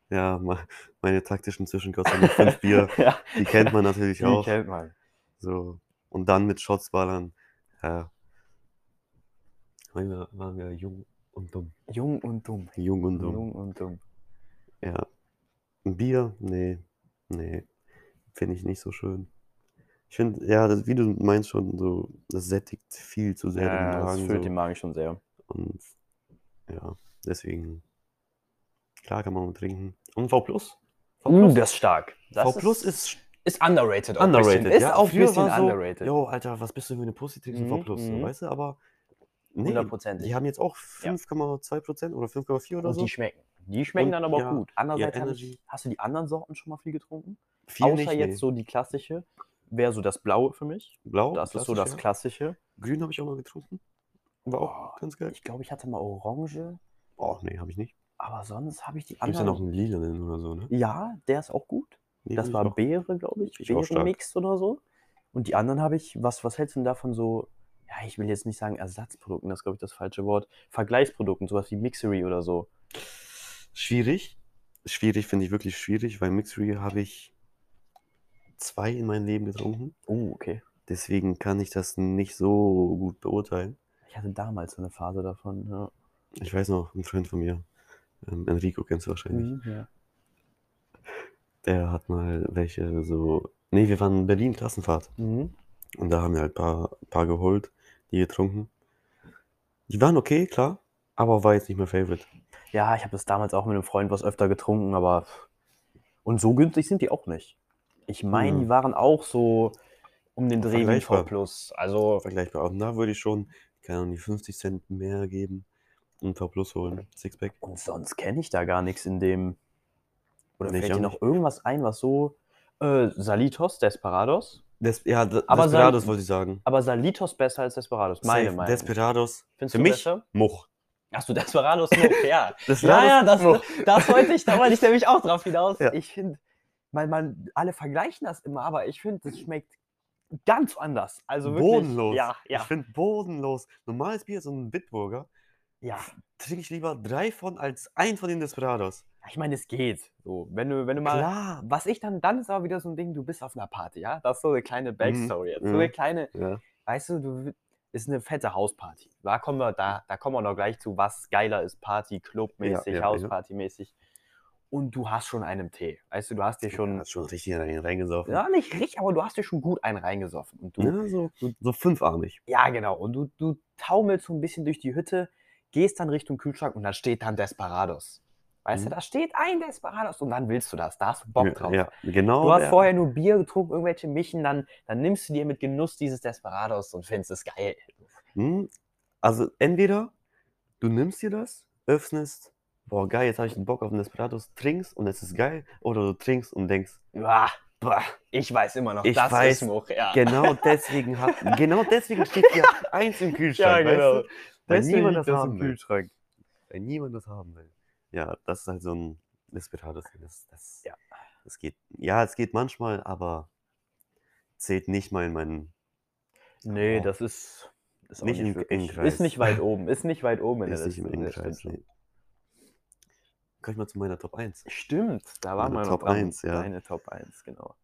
[SPEAKER 2] Ja, me- meine taktischen Zwischenkosten mit fünf Bier,
[SPEAKER 1] ja,
[SPEAKER 2] die kennt man natürlich
[SPEAKER 1] die
[SPEAKER 2] auch.
[SPEAKER 1] kennt man.
[SPEAKER 2] So. Und dann mit Shots ballern. Ja. Waren wir, waren wir jung und dumm.
[SPEAKER 1] Jung und dumm.
[SPEAKER 2] Jung und dumm.
[SPEAKER 1] Jung und dumm.
[SPEAKER 2] Ja. Ein Bier? Nee. Nee. Finde ich nicht so schön. Ich finde, ja, das, wie du meinst schon, so, das sättigt viel zu sehr
[SPEAKER 1] Ja,
[SPEAKER 2] den
[SPEAKER 1] das
[SPEAKER 2] Magen.
[SPEAKER 1] füllt
[SPEAKER 2] so.
[SPEAKER 1] den Magen schon sehr.
[SPEAKER 2] Und ja, deswegen. Klar kann man mal trinken. Und V Plus? V
[SPEAKER 1] Uh,
[SPEAKER 2] Plus,
[SPEAKER 1] das ist stark. Das
[SPEAKER 2] v Plus ist,
[SPEAKER 1] ist underrated. auch ein bisschen.
[SPEAKER 2] underrated.
[SPEAKER 1] Ist
[SPEAKER 2] ja.
[SPEAKER 1] auch ein
[SPEAKER 2] Früher
[SPEAKER 1] bisschen
[SPEAKER 2] war so,
[SPEAKER 1] underrated.
[SPEAKER 2] Yo, Alter, was bist du für eine Pussy, trinkst du V
[SPEAKER 1] Mhm,
[SPEAKER 2] Plus? So,
[SPEAKER 1] mhm.
[SPEAKER 2] weißt du, aber nee,
[SPEAKER 1] Hundertprozentig.
[SPEAKER 2] die haben jetzt auch
[SPEAKER 1] Ja.
[SPEAKER 2] 5,2% oder 5,4 oder
[SPEAKER 1] und
[SPEAKER 2] so.
[SPEAKER 1] die schmecken. Die schmecken
[SPEAKER 2] Und
[SPEAKER 1] dann aber
[SPEAKER 2] ja,
[SPEAKER 1] auch gut. Andererseits hab
[SPEAKER 2] Energy.
[SPEAKER 1] ich, hast du die anderen Sorten schon mal viel getrunken?
[SPEAKER 2] Viel
[SPEAKER 1] Außer
[SPEAKER 2] nicht,
[SPEAKER 1] jetzt
[SPEAKER 2] nee.
[SPEAKER 1] so die klassische, wäre so das Blaue für mich.
[SPEAKER 2] Blau,
[SPEAKER 1] Das ist so das
[SPEAKER 2] Oh, klassisch, ja.
[SPEAKER 1] Klassische.
[SPEAKER 2] Grün habe ich auch mal getrunken. War auch ganz geil.
[SPEAKER 1] Ich glaube, ich hatte mal Orange,
[SPEAKER 2] Oh, nee, habe ich nicht.
[SPEAKER 1] aber sonst habe ich die
[SPEAKER 2] Gibt es ja
[SPEAKER 1] anderen.
[SPEAKER 2] noch einen lilanen oder so, ne?
[SPEAKER 1] ja, der ist auch gut.
[SPEAKER 2] Nee,
[SPEAKER 1] Das
[SPEAKER 2] ich
[SPEAKER 1] war
[SPEAKER 2] auch.
[SPEAKER 1] Beere, glaube ich.
[SPEAKER 2] Ich auch stark.
[SPEAKER 1] Beerenmix oder so. Und die anderen habe ich, was, was hältst du denn davon so, ja, ich will jetzt nicht sagen Ersatzprodukten, das ist, glaube ich, das falsche Wort. Vergleichsprodukten, sowas wie Mixery oder so.
[SPEAKER 2] Schwierig. Schwierig finde ich wirklich schwierig, weil Mixery habe ich zwei in meinem Leben getrunken.
[SPEAKER 1] Oh, okay.
[SPEAKER 2] Deswegen kann ich das nicht so gut beurteilen.
[SPEAKER 1] Ich hatte damals so eine Phase davon. Ja.
[SPEAKER 2] Ich weiß noch, ein Freund von mir, ähm, Enrico kennst du wahrscheinlich,
[SPEAKER 1] Mhm, ja.
[SPEAKER 2] der hat mal welche so. Nee, wir waren in Berlin Klassenfahrt.
[SPEAKER 1] Mhm.
[SPEAKER 2] Und da haben wir halt ein paar, paar geholt, die getrunken. Die waren okay, klar, aber war jetzt nicht mein Favorite.
[SPEAKER 1] ja, ich habe das damals auch mit einem Freund was öfter getrunken, aber. pff. Und so günstig sind die auch nicht. Ich meine,
[SPEAKER 2] Hm.
[SPEAKER 1] die waren auch so um den Dreh wie
[SPEAKER 2] Vergleichbar.
[SPEAKER 1] V Plus. Also,
[SPEAKER 2] Vergleichbar. Und da würde ich schon, keine Ahnung, die 50 Cent mehr geben und V Plus holen. Sixpack.
[SPEAKER 1] Und sonst kenne ich da gar nichts in dem. Oder
[SPEAKER 2] Nee, ich
[SPEAKER 1] fällt dir
[SPEAKER 2] auch
[SPEAKER 1] noch
[SPEAKER 2] nicht.
[SPEAKER 1] irgendwas ein, was so. Äh, Salitos, Desperados.
[SPEAKER 2] Des, ja, D-
[SPEAKER 1] Aber
[SPEAKER 2] Desperados
[SPEAKER 1] sein-
[SPEAKER 2] wollte ich sagen.
[SPEAKER 1] Aber Salitos besser als Desperados. Meine
[SPEAKER 2] Safe.
[SPEAKER 1] Meinung.
[SPEAKER 2] Desperados.
[SPEAKER 1] Findest
[SPEAKER 2] Für
[SPEAKER 1] du
[SPEAKER 2] mich,
[SPEAKER 1] besser?
[SPEAKER 2] Much.
[SPEAKER 1] Achso, Desperados noch, ja. ja,
[SPEAKER 2] Desperados,
[SPEAKER 1] ja, das,
[SPEAKER 2] Much.
[SPEAKER 1] das wollte ich, da wollte ich nämlich auch drauf hinaus.
[SPEAKER 2] Ja.
[SPEAKER 1] Ich finde, weil man, alle vergleichen das immer, aber ich finde, das schmeckt ganz anders. Also wirklich.
[SPEAKER 2] bodenlos.
[SPEAKER 1] Ja,
[SPEAKER 2] Ich
[SPEAKER 1] ja,
[SPEAKER 2] finde bodenlos. Normales Bier, so ein Bitburger,
[SPEAKER 1] ja.
[SPEAKER 2] trinke ich lieber drei von als ein von den Desperados.
[SPEAKER 1] Ich meine, es geht. So, wenn du, wenn du mal.
[SPEAKER 2] Klar.
[SPEAKER 1] Was ich dann, dann ist aber wieder so ein Ding, du bist auf einer Party, ja? Das ist so eine kleine Backstory jetzt. So
[SPEAKER 2] mhm.
[SPEAKER 1] eine kleine,
[SPEAKER 2] Ja.
[SPEAKER 1] weißt du, du ist eine fette Hausparty. Da kommen wir, da, da kommen wir noch gleich zu, was geiler ist, Party, Clubmäßig,
[SPEAKER 2] ja, ja.
[SPEAKER 1] Hauspartymäßig. Und du hast schon einen Tee. Weißt du, du hast dir schon.
[SPEAKER 2] Hat schon richtig rein- reingesoffen.
[SPEAKER 1] Ja, nicht richtig, aber du hast dir schon gut einen reingesoffen. Und du, ja.
[SPEAKER 2] Ja, so, so fünfarmig.
[SPEAKER 1] genau. Und du, du taumelst so ein bisschen durch die Hütte, gehst dann Richtung Kühlschrank und da steht dann Desperados. Weißt
[SPEAKER 2] Mhm.
[SPEAKER 1] du, da steht ein Desperados und dann willst du das. Da hast du Bock
[SPEAKER 2] Ja,
[SPEAKER 1] drauf.
[SPEAKER 2] Ja, genau.
[SPEAKER 1] Du hast
[SPEAKER 2] der-
[SPEAKER 1] vorher nur Bier getrunken, irgendwelche Michen, dann, dann nimmst du dir mit Genuss dieses Desperados und findest es geil.
[SPEAKER 2] Hm, Also entweder du nimmst dir das, öffnest, boah geil, jetzt habe ich einen Bock auf einen Desperados, trinkst und es ist geil, oder du trinkst und denkst,
[SPEAKER 1] Uah, bah, ich weiß immer noch,
[SPEAKER 2] Ich
[SPEAKER 1] das
[SPEAKER 2] weiß,
[SPEAKER 1] ist Much, ja.
[SPEAKER 2] genau deswegen hat, genau deswegen steht hier eins im Kühlschrank, weißt du? Weil
[SPEAKER 1] genau. Deswegen
[SPEAKER 2] niemand
[SPEAKER 1] liegt
[SPEAKER 2] das
[SPEAKER 1] das
[SPEAKER 2] haben
[SPEAKER 1] im
[SPEAKER 2] will.
[SPEAKER 1] Kühlschrank.
[SPEAKER 2] Weil niemand das haben will. Ja, das ist halt so ein Desperados, das, das,
[SPEAKER 1] Ja.
[SPEAKER 2] das geht, ja, es geht manchmal, aber zählt nicht mal in meinen,
[SPEAKER 1] Nee,
[SPEAKER 2] Oh.
[SPEAKER 1] das ist, ist auch
[SPEAKER 2] Nicht im
[SPEAKER 1] wirklich-
[SPEAKER 2] Engenkreis.
[SPEAKER 1] Ist nicht weit oben, ist nicht weit oben in
[SPEAKER 2] ist
[SPEAKER 1] der
[SPEAKER 2] nicht im
[SPEAKER 1] Liste, das
[SPEAKER 2] Innenkreis.
[SPEAKER 1] Stimmt,
[SPEAKER 2] Nee. Komm ich mal zu meiner Top 1.
[SPEAKER 1] Stimmt, da waren
[SPEAKER 2] Meine
[SPEAKER 1] wir noch
[SPEAKER 2] Top
[SPEAKER 1] dran.
[SPEAKER 2] 1, ja.
[SPEAKER 1] Deine Top 1, genau.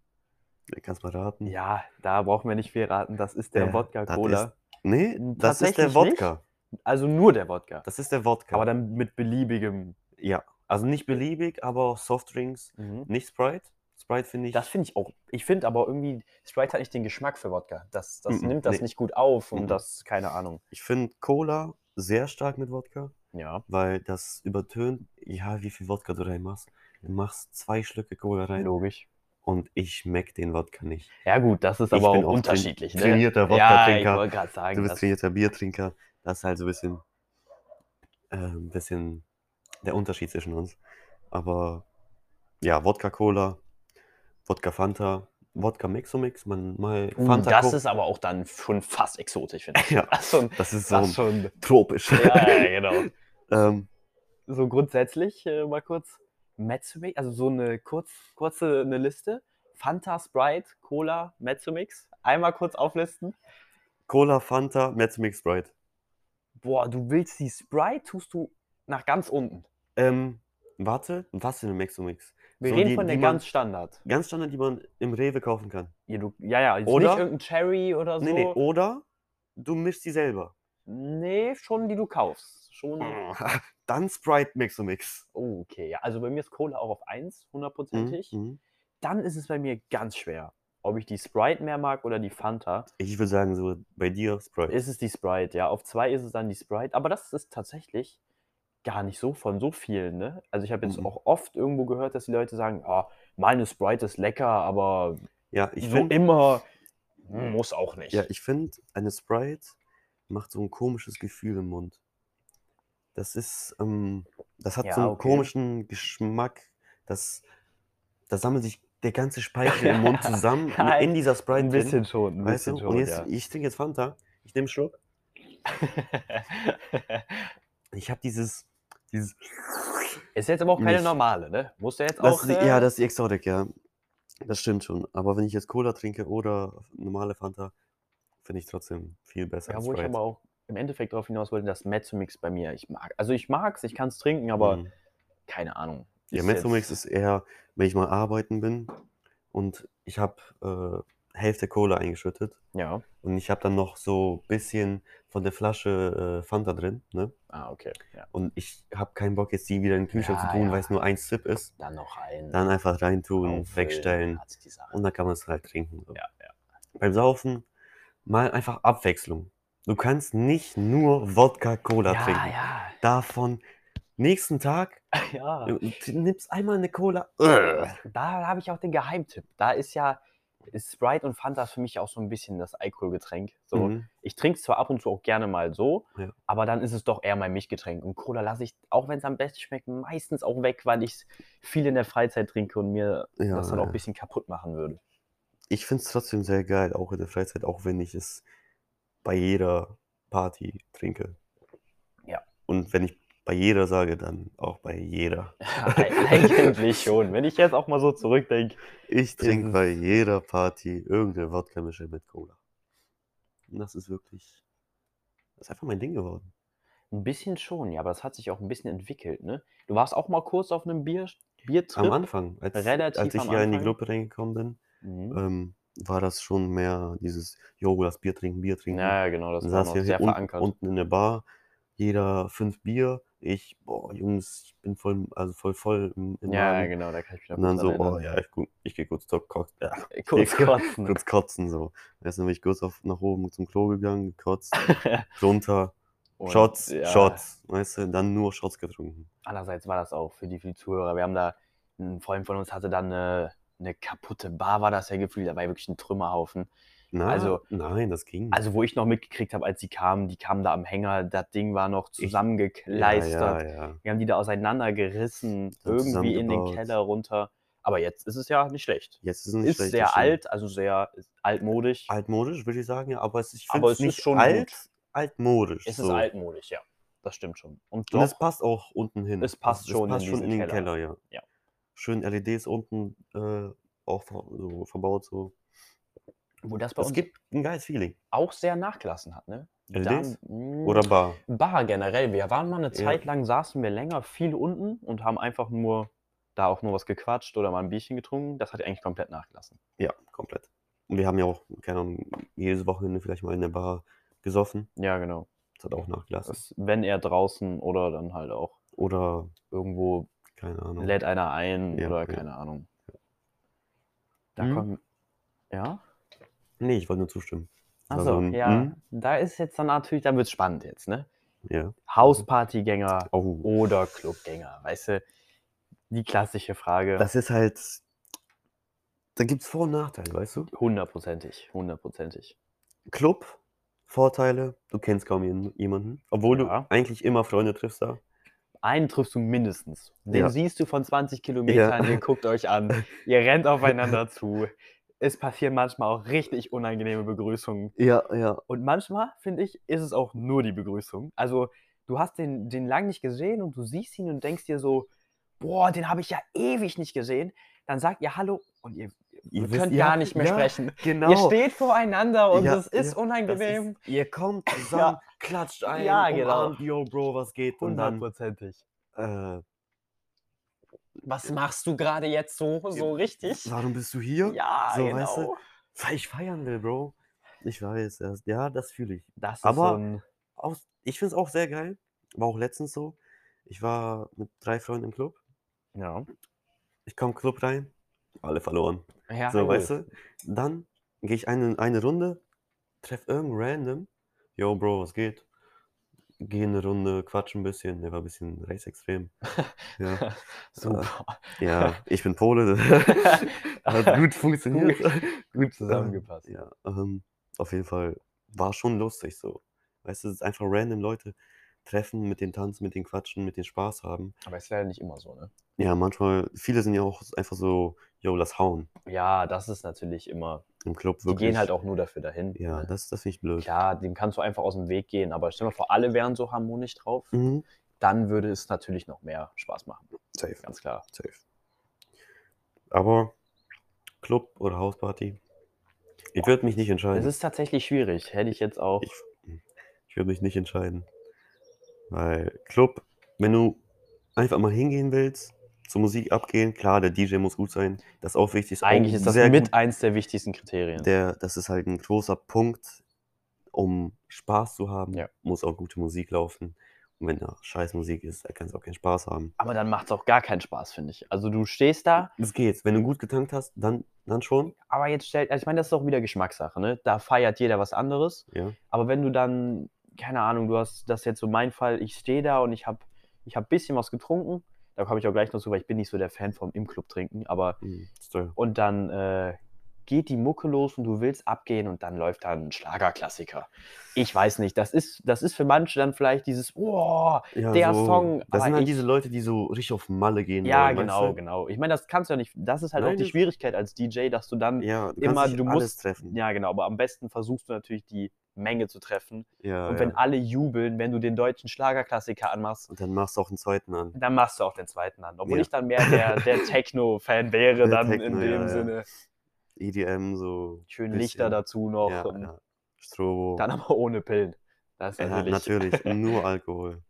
[SPEAKER 2] Kannst mal raten?
[SPEAKER 1] Ja, da brauchen wir nicht viel raten, das ist der
[SPEAKER 2] Ja, das
[SPEAKER 1] Wodka-Cola.
[SPEAKER 2] Nee, das ist der
[SPEAKER 1] Tatsächlich nicht.
[SPEAKER 2] Wodka.
[SPEAKER 1] Also nur der Wodka,
[SPEAKER 2] Das ist der Wodka.
[SPEAKER 1] aber dann mit beliebigem.
[SPEAKER 2] ja, also nicht beliebig, aber auch Softdrinks.
[SPEAKER 1] Mhm.
[SPEAKER 2] Nicht Sprite. Sprite finde ich.
[SPEAKER 1] Das finde ich auch. Ich finde aber irgendwie, Sprite hat nicht den Geschmack für Wodka. Das, das
[SPEAKER 2] Mm-mm,
[SPEAKER 1] nimmt das
[SPEAKER 2] nee.
[SPEAKER 1] nicht gut auf und
[SPEAKER 2] Mm-mm.
[SPEAKER 1] das, keine Ahnung.
[SPEAKER 2] ich finde Cola sehr stark mit Wodka,
[SPEAKER 1] Ja.
[SPEAKER 2] weil das übertönt, ja, wie viel Wodka du reinmachst. Du machst zwei Schlücke Cola rein
[SPEAKER 1] Logisch.
[SPEAKER 2] und ich schmeck den Wodka nicht.
[SPEAKER 1] Ja, gut, das ist
[SPEAKER 2] Ich
[SPEAKER 1] aber
[SPEAKER 2] bin
[SPEAKER 1] auch
[SPEAKER 2] auch train-
[SPEAKER 1] unterschiedlich. Ne?
[SPEAKER 2] trainierter
[SPEAKER 1] ja, ich
[SPEAKER 2] Wodka-Trinker.
[SPEAKER 1] wollte gerade sagen,
[SPEAKER 2] Du bist
[SPEAKER 1] das,
[SPEAKER 2] trainierter Biertrinker. Das ist halt so ein bisschen, äh, ein bisschen der Unterschied zwischen uns. Aber ja, Wodka Cola, Wodka Fanta, Wodka Mixomix, man mal
[SPEAKER 1] Uh,
[SPEAKER 2] Fanta
[SPEAKER 1] das
[SPEAKER 2] Coke.
[SPEAKER 1] ist aber auch dann schon fast exotisch, finde ich.
[SPEAKER 2] Ja.
[SPEAKER 1] Das ist schon,
[SPEAKER 2] das ist so
[SPEAKER 1] das ist schon
[SPEAKER 2] tropisch.
[SPEAKER 1] ja, ja, genau.
[SPEAKER 2] ähm,
[SPEAKER 1] so grundsätzlich äh, mal kurz Mezzomix, also so eine kurz, kurze eine Liste. Fanta, Sprite, Cola, Mezzomix. Einmal kurz auflisten.
[SPEAKER 2] Cola, Fanta, Metzmix Sprite.
[SPEAKER 1] Boah, du willst die Sprite, tust du nach ganz unten.
[SPEAKER 2] Ähm, warte, was für eine Mixomix?
[SPEAKER 1] Wir
[SPEAKER 2] So,
[SPEAKER 1] reden
[SPEAKER 2] die-
[SPEAKER 1] von der
[SPEAKER 2] die man-
[SPEAKER 1] ganz Standard.
[SPEAKER 2] Ganz Standard, die man im Rewe kaufen kann.
[SPEAKER 1] Ja, du, ja, ja, jetzt
[SPEAKER 2] Oder?
[SPEAKER 1] nicht irgendein Cherry oder so.
[SPEAKER 2] Nee, nee, oder du mischst die selber.
[SPEAKER 1] Nee, schon die du kaufst. Schon.
[SPEAKER 2] Ah. Dann Sprite Mixomix.
[SPEAKER 1] Oh, okay, ja. Also bei mir ist Cola auch auf 1,
[SPEAKER 2] Mhm,
[SPEAKER 1] hundertprozentig.
[SPEAKER 2] mhm.
[SPEAKER 1] Dann ist es bei mir ganz schwer. Ob ich die Sprite mehr mag oder die Fanta.
[SPEAKER 2] Ich würde sagen, so bei dir Sprite.
[SPEAKER 1] Ist es die Sprite, ja. Auf 2 ist es dann die Sprite. Aber das ist tatsächlich gar nicht so von so vielen, ne? Also ich habe jetzt
[SPEAKER 2] Mhm.
[SPEAKER 1] auch oft irgendwo gehört, dass die Leute sagen, ah, meine Sprite ist lecker, aber
[SPEAKER 2] ja, ich
[SPEAKER 1] so
[SPEAKER 2] finde,
[SPEAKER 1] immer hm, muss auch nicht.
[SPEAKER 2] ja, ich find, eine Sprite macht so ein komisches Gefühl im Mund. Das ist, ähm, das hat
[SPEAKER 1] Ja,
[SPEAKER 2] so einen
[SPEAKER 1] okay.
[SPEAKER 2] komischen Geschmack. Das, da sammelt sich der ganze Speichel im Mund zusammen
[SPEAKER 1] Ja,
[SPEAKER 2] in dieser Sprite.
[SPEAKER 1] ein bisschen schon,
[SPEAKER 2] drin,
[SPEAKER 1] ein
[SPEAKER 2] weißt du?
[SPEAKER 1] bisschen
[SPEAKER 2] Und
[SPEAKER 1] schon,
[SPEAKER 2] jetzt,
[SPEAKER 1] ja.
[SPEAKER 2] ich trinke jetzt Fanta, ich nehme einen Schluck Ich habe dieses, dieses
[SPEAKER 1] Ist jetzt aber auch keine
[SPEAKER 2] Nicht.
[SPEAKER 1] normale, ne? Muss ja jetzt
[SPEAKER 2] das
[SPEAKER 1] auch.
[SPEAKER 2] ist, die-
[SPEAKER 1] äh,
[SPEAKER 2] ja, das ist die Exotik, ja. Das stimmt schon. Aber wenn ich jetzt Cola trinke oder normale Fanta, finde ich trotzdem viel besser
[SPEAKER 1] äh, ja,
[SPEAKER 2] als
[SPEAKER 1] wo ich
[SPEAKER 2] Sprite.
[SPEAKER 1] aber auch im Endeffekt darauf hinaus wollte, dass Mezzomix bei mir, ich mag. Also ich mag's, ich kann's trinken, aber
[SPEAKER 2] Mhm.
[SPEAKER 1] keine Ahnung.
[SPEAKER 2] Ja,
[SPEAKER 1] Ist
[SPEAKER 2] Mezzomix
[SPEAKER 1] jetzt-
[SPEAKER 2] ist eher, wenn ich mal arbeiten bin und ich habe äh, Hälfte Cola eingeschüttet
[SPEAKER 1] Ja.
[SPEAKER 2] und ich habe dann noch so ein bisschen von der Flasche äh, Fanta drin, ne?
[SPEAKER 1] Ah, okay. Ja.
[SPEAKER 2] Und ich habe keinen Bock, jetzt die wieder in den Kühlschrank
[SPEAKER 1] Ja,
[SPEAKER 2] zu tun,
[SPEAKER 1] ja.
[SPEAKER 2] weil es nur ein Sip ist.
[SPEAKER 1] Dann noch ein.
[SPEAKER 2] Dann einfach reintun,
[SPEAKER 1] auffüllen,
[SPEAKER 2] wegstellen
[SPEAKER 1] hat's äh, die Sache.
[SPEAKER 2] und dann kann man es halt trinken. So.
[SPEAKER 1] Ja, ja.
[SPEAKER 2] Beim Saufen mal einfach Abwechslung. Du kannst nicht nur Wodka-Cola trinken.
[SPEAKER 1] ja,
[SPEAKER 2] Davon nächsten Tag
[SPEAKER 1] ja, ja.
[SPEAKER 2] äh, t- nimmst einmal eine Cola. äh.
[SPEAKER 1] Da, da habe ich auch den Geheimtipp. Da ist ja ist Sprite und Fanta für mich auch so ein bisschen das Alkoholgetränk. So,
[SPEAKER 2] Mhm.
[SPEAKER 1] Ich trinke es zwar ab und zu auch gerne mal so,
[SPEAKER 2] Ja.
[SPEAKER 1] aber dann ist es doch eher mein Milchgetränk. Und Cola lasse ich, auch wenn es am besten schmeckt, meistens auch weg, weil ich viel in der Freizeit trinke und mir
[SPEAKER 2] Ja,
[SPEAKER 1] das dann auch
[SPEAKER 2] ja.
[SPEAKER 1] ein bisschen kaputt machen würde.
[SPEAKER 2] ich finde es trotzdem sehr geil, auch in der Freizeit, auch wenn ich es bei jeder Party trinke.
[SPEAKER 1] Ja.
[SPEAKER 2] Und wenn ich bei jeder sage, dann auch bei jeder.
[SPEAKER 1] Eigentlich schon. Wenn ich jetzt auch mal so zurückdenke.
[SPEAKER 2] Ich trinke
[SPEAKER 1] es-
[SPEAKER 2] bei jeder Party irgendeine Wodka-Mische mit Cola. Und das ist wirklich. Das ist einfach mein Ding geworden.
[SPEAKER 1] Ein bisschen schon, ja, aber das hat sich auch ein bisschen entwickelt, ne? Du warst auch mal kurz auf einem Bier, Biertrip.
[SPEAKER 2] Am Anfang, als,
[SPEAKER 1] Relativ
[SPEAKER 2] als ich
[SPEAKER 1] am
[SPEAKER 2] hier in die
[SPEAKER 1] Anfang.
[SPEAKER 2] Gruppe reingekommen bin,
[SPEAKER 1] Mhm.
[SPEAKER 2] ähm, war das schon mehr dieses, jo, lass Bier trinken, Bier trinken.
[SPEAKER 1] Ja, ja, genau, das
[SPEAKER 2] Dann
[SPEAKER 1] war
[SPEAKER 2] saß
[SPEAKER 1] noch
[SPEAKER 2] wir
[SPEAKER 1] sehr
[SPEAKER 2] hier unten,
[SPEAKER 1] verankert.
[SPEAKER 2] unten in der Bar, jeder fünf Bier. Ich, boah, Jungs, ich bin voll, also voll voll im, im
[SPEAKER 1] ja, ja,
[SPEAKER 2] Magen.
[SPEAKER 1] genau, da kann ich mich noch
[SPEAKER 2] Und dann
[SPEAKER 1] gut
[SPEAKER 2] so,
[SPEAKER 1] dran
[SPEAKER 2] oh
[SPEAKER 1] erinnern.
[SPEAKER 2] ja, ich, gu- ich gehe kurz, zur Ko- ja,
[SPEAKER 1] Äh, Kurz
[SPEAKER 2] Ja,
[SPEAKER 1] kotzen.
[SPEAKER 2] kurz kotzen. So. Erst bin ich kurz auf, nach oben zum Klo gegangen, gekotzt, runter,
[SPEAKER 1] Und,
[SPEAKER 2] Shots,
[SPEAKER 1] ja,
[SPEAKER 2] Shots. Weißt du, dann nur Shots getrunken.
[SPEAKER 1] Andererseits war das auch für die, für die Zuhörer. Wir haben da, ein Freund von uns hatte dann eine, eine kaputte Bar, war das ja gefühlt, da war wirklich ein Trümmerhaufen.
[SPEAKER 2] Mhm. Na,
[SPEAKER 1] Also-
[SPEAKER 2] nein, das ging.
[SPEAKER 1] Also, wo ich noch mitgekriegt habe, als die kamen, die kamen da am Hänger, das Ding war noch
[SPEAKER 2] Ich-
[SPEAKER 1] zusammengekleistert.
[SPEAKER 2] Ja, ja, ja.
[SPEAKER 1] Wir haben die da auseinandergerissen,
[SPEAKER 2] Dann
[SPEAKER 1] irgendwie in den
[SPEAKER 2] zusammengebaut.
[SPEAKER 1] Keller runter. Aber jetzt ist es ja nicht schlecht.
[SPEAKER 2] Jetzt ist es nicht
[SPEAKER 1] ist
[SPEAKER 2] schlecht,
[SPEAKER 1] sehr
[SPEAKER 2] das stimmt.
[SPEAKER 1] alt, also sehr altmodisch.
[SPEAKER 2] Altmodisch, würde ich sagen, ja, aber es, ich
[SPEAKER 1] Aber
[SPEAKER 2] finde es
[SPEAKER 1] es ist
[SPEAKER 2] nicht
[SPEAKER 1] schon gut.
[SPEAKER 2] alt, altmodisch.
[SPEAKER 1] es ist
[SPEAKER 2] so.
[SPEAKER 1] altmodisch, ja. Das stimmt schon. Und
[SPEAKER 2] Und es
[SPEAKER 1] doch,
[SPEAKER 2] passt auch unten hin.
[SPEAKER 1] Es passt schon
[SPEAKER 2] passt
[SPEAKER 1] in
[SPEAKER 2] schon in
[SPEAKER 1] diesen
[SPEAKER 2] den Keller,
[SPEAKER 1] Keller.
[SPEAKER 2] ja.
[SPEAKER 1] Ja.
[SPEAKER 2] Schön LEDs unten äh, auch ver so verbaut. So.
[SPEAKER 1] wo das bei
[SPEAKER 2] Es
[SPEAKER 1] uns
[SPEAKER 2] gibt ein geiles Feeling.
[SPEAKER 1] auch sehr nachgelassen hat, ne?
[SPEAKER 2] LEDs?
[SPEAKER 1] mh,
[SPEAKER 2] Oder Bar.
[SPEAKER 1] Bar generell. Wir waren mal eine
[SPEAKER 2] Ja.
[SPEAKER 1] Zeit lang, saßen wir länger viel unten und haben einfach nur da auch nur was gequatscht oder mal ein Bierchen getrunken. Das hat eigentlich komplett nachgelassen.
[SPEAKER 2] Ja, komplett. Und wir haben ja auch, keine Ahnung, jedes Wochenende vielleicht mal in der Bar gesoffen.
[SPEAKER 1] Ja, genau.
[SPEAKER 2] Das hat auch nachgelassen.
[SPEAKER 1] Das, wenn er draußen oder dann halt auch
[SPEAKER 2] Oder,
[SPEAKER 1] irgendwo
[SPEAKER 2] keine Ahnung.
[SPEAKER 1] lädt einer ein
[SPEAKER 2] Genau. Ja,
[SPEAKER 1] oder
[SPEAKER 2] ja.
[SPEAKER 1] keine Ahnung. Da
[SPEAKER 2] Hm?
[SPEAKER 1] kommen. Ja?
[SPEAKER 2] nee, ich wollte nur zustimmen. Das war
[SPEAKER 1] Achso,
[SPEAKER 2] ein
[SPEAKER 1] ja.
[SPEAKER 2] Hm,
[SPEAKER 1] Da ist jetzt dann natürlich, dann wird es spannend jetzt, ne?
[SPEAKER 2] ja.
[SPEAKER 1] Hauspartygänger
[SPEAKER 2] Oh.
[SPEAKER 1] oder Clubgänger, weißt du? Die klassische Frage.
[SPEAKER 2] Das ist halt. Da gibt es Vor- und Nachteile, weißt du?
[SPEAKER 1] hundertprozentig, hundertprozentig.
[SPEAKER 2] Club, Vorteile, du kennst kaum jen- jemanden. Obwohl
[SPEAKER 1] Ja.
[SPEAKER 2] du eigentlich immer Freunde triffst da.
[SPEAKER 1] Einen triffst du mindestens. Den
[SPEAKER 2] Ja.
[SPEAKER 1] siehst du von 20 Kilometern, ihr guckt euch an, ihr rennt aufeinander zu. Es passieren manchmal auch richtig unangenehme Begrüßungen.
[SPEAKER 2] Ja, ja.
[SPEAKER 1] Und manchmal, finde ich, ist es auch nur die Begrüßung. Also, du hast den, den lang nicht gesehen und du siehst ihn und denkst dir so, boah, den habe ich ja ewig nicht gesehen. Dann sagt ihr Hallo und ihr, ihr
[SPEAKER 2] wisst-
[SPEAKER 1] könnt
[SPEAKER 2] ja,
[SPEAKER 1] gar nicht mehr
[SPEAKER 2] ja,
[SPEAKER 1] sprechen.
[SPEAKER 2] Genau.
[SPEAKER 1] Ihr steht voreinander und
[SPEAKER 2] Ja,
[SPEAKER 1] es ist
[SPEAKER 2] ja, Das
[SPEAKER 1] unangenehm.
[SPEAKER 2] Ist, ihr kommt zusammen, klatscht ein,
[SPEAKER 1] Ja, genau.
[SPEAKER 2] umarmt, yo, Bro, was geht? Und dann,
[SPEAKER 1] Hundertprozentig.
[SPEAKER 2] äh,
[SPEAKER 1] Was machst du gerade jetzt so, so richtig?
[SPEAKER 2] warum bist du hier?
[SPEAKER 1] Ja,
[SPEAKER 2] So,
[SPEAKER 1] genau.
[SPEAKER 2] weißt du, Weil ich feiern will, Bro. Ich weiß erst. Ja, das fühle ich.
[SPEAKER 1] Das ist
[SPEAKER 2] Aber-
[SPEAKER 1] so ein.
[SPEAKER 2] Auch, ich finde es auch sehr geil. War auch letztens so. Ich war mit drei Freunden im Club.
[SPEAKER 1] Ja.
[SPEAKER 2] Ich komme Club rein. Alle verloren.
[SPEAKER 1] ja
[SPEAKER 2] So,
[SPEAKER 1] gut.
[SPEAKER 2] weißt du? äh, Dann gehe ich eine, eine Runde, treffe irgendeinen random. Yo, Bro, was geht? Gehe eine Runde, quatsch ein bisschen. Der war ein bisschen rechtsextrem. Ja,
[SPEAKER 1] Super.
[SPEAKER 2] ja ich bin Pole. Hat
[SPEAKER 1] gut
[SPEAKER 2] gut funktioniert. ähm, gut
[SPEAKER 1] zusammengepasst.
[SPEAKER 2] Ja, ähm, auf jeden Fall war schon lustig so. Weißt du, es ist einfach random Leute. treffen, mit den Tanzen, mit den Quatschen, mit den Spaß haben.
[SPEAKER 1] Aber ist leider nicht immer so, ne?
[SPEAKER 2] Ja, manchmal, viele sind ja auch einfach so, yo, lass hauen
[SPEAKER 1] Ja, das ist natürlich immer.
[SPEAKER 2] im Club.
[SPEAKER 1] Die gehen halt auch nur dafür dahin.
[SPEAKER 2] Ja,
[SPEAKER 1] ne?
[SPEAKER 2] das, das finde ich blöd.
[SPEAKER 1] Klar, dem kannst du einfach aus dem Weg gehen, aber stell dir mal vor, alle wären so harmonisch drauf,
[SPEAKER 2] Mhm.
[SPEAKER 1] dann würde es natürlich noch mehr Spaß machen.
[SPEAKER 2] Safe,
[SPEAKER 1] Ganz klar.
[SPEAKER 2] safe. Aber Club oder Hausparty? Ich würde mich nicht
[SPEAKER 1] Es
[SPEAKER 2] entscheiden.
[SPEAKER 1] ist tatsächlich schwierig. Hätte ich jetzt auch.
[SPEAKER 2] Ich, ich würde mich nicht entscheiden. Weil Club, wenn du einfach mal hingehen willst, zur Musik abgehen, klar, der DJ muss gut sein. Das ist auch wichtig. Ist auch
[SPEAKER 1] eigentlich ist das
[SPEAKER 2] sehr
[SPEAKER 1] mit
[SPEAKER 2] gut.
[SPEAKER 1] eins der wichtigsten Kriterien.
[SPEAKER 2] Der, das ist halt ein großer Punkt, um Spaß zu haben,
[SPEAKER 1] Ja.
[SPEAKER 2] muss auch gute Musik laufen. Und wenn da scheiß Musik ist, dann kannst du auch keinen Spaß haben.
[SPEAKER 1] aber dann macht es auch gar keinen Spaß, finde ich. Also du stehst da,
[SPEAKER 2] Das geht. Wenn du gut getankt hast, dann, dann schon.
[SPEAKER 1] aber jetzt stellt, also ich meine, das ist auch wieder Geschmackssache, ne? Da feiert jeder was anderes.
[SPEAKER 2] Ja.
[SPEAKER 1] Aber wenn du dann, keine Ahnung, du hast das ist jetzt so mein Fall, ich stehe da und ich habe ich hab ein bisschen was getrunken. Da komme ich auch gleich noch zu, weil ich bin nicht so der Fan vom im Club trinken, aber
[SPEAKER 2] Mhm, ist teuer.
[SPEAKER 1] und dann äh, geht die Mucke los und du willst abgehen und dann läuft da ein Schlagerklassiker. Ich weiß nicht, das ist, das ist für manche dann vielleicht dieses, oh,
[SPEAKER 2] Ja,
[SPEAKER 1] Der
[SPEAKER 2] so,
[SPEAKER 1] Song,
[SPEAKER 2] Das
[SPEAKER 1] aber
[SPEAKER 2] sind halt
[SPEAKER 1] ich-
[SPEAKER 2] diese Leute, die so richtig auf Malle gehen.
[SPEAKER 1] ja,
[SPEAKER 2] wollen, weißt
[SPEAKER 1] genau,
[SPEAKER 2] du?
[SPEAKER 1] genau. Ich meine, das kannst du ja nicht, das ist halt
[SPEAKER 2] Nein,
[SPEAKER 1] auch die
[SPEAKER 2] das-
[SPEAKER 1] Schwierigkeit als DJ, dass du dann,
[SPEAKER 2] Ja, du
[SPEAKER 1] genau. Immer,
[SPEAKER 2] kannst nicht
[SPEAKER 1] du
[SPEAKER 2] alles
[SPEAKER 1] musst-
[SPEAKER 2] treffen.
[SPEAKER 1] ja genau, aber am besten versuchst du natürlich die Menge zu treffen.
[SPEAKER 2] Ja,
[SPEAKER 1] und
[SPEAKER 2] Ah, ja.
[SPEAKER 1] wenn alle jubeln, wenn du den deutschen Schlagerklassiker anmachst,
[SPEAKER 2] Und dann machst du auch einen zweiten an.
[SPEAKER 1] dann machst du auch den zweiten an. Obwohl
[SPEAKER 2] Ja.
[SPEAKER 1] ich dann mehr der, der Techno-Fan wäre,
[SPEAKER 2] Der
[SPEAKER 1] dann in
[SPEAKER 2] Techno, ja,
[SPEAKER 1] dem
[SPEAKER 2] ja.
[SPEAKER 1] Sinne.
[SPEAKER 2] EDM, E so.
[SPEAKER 1] Schön
[SPEAKER 2] bisschen.
[SPEAKER 1] Lichter dazu noch.
[SPEAKER 2] Ja,
[SPEAKER 1] und
[SPEAKER 2] ja. Strobo.
[SPEAKER 1] Dann aber ohne Pillen. Das ist
[SPEAKER 2] ja,
[SPEAKER 1] natürlich.
[SPEAKER 2] natürlich. nur Alkohol.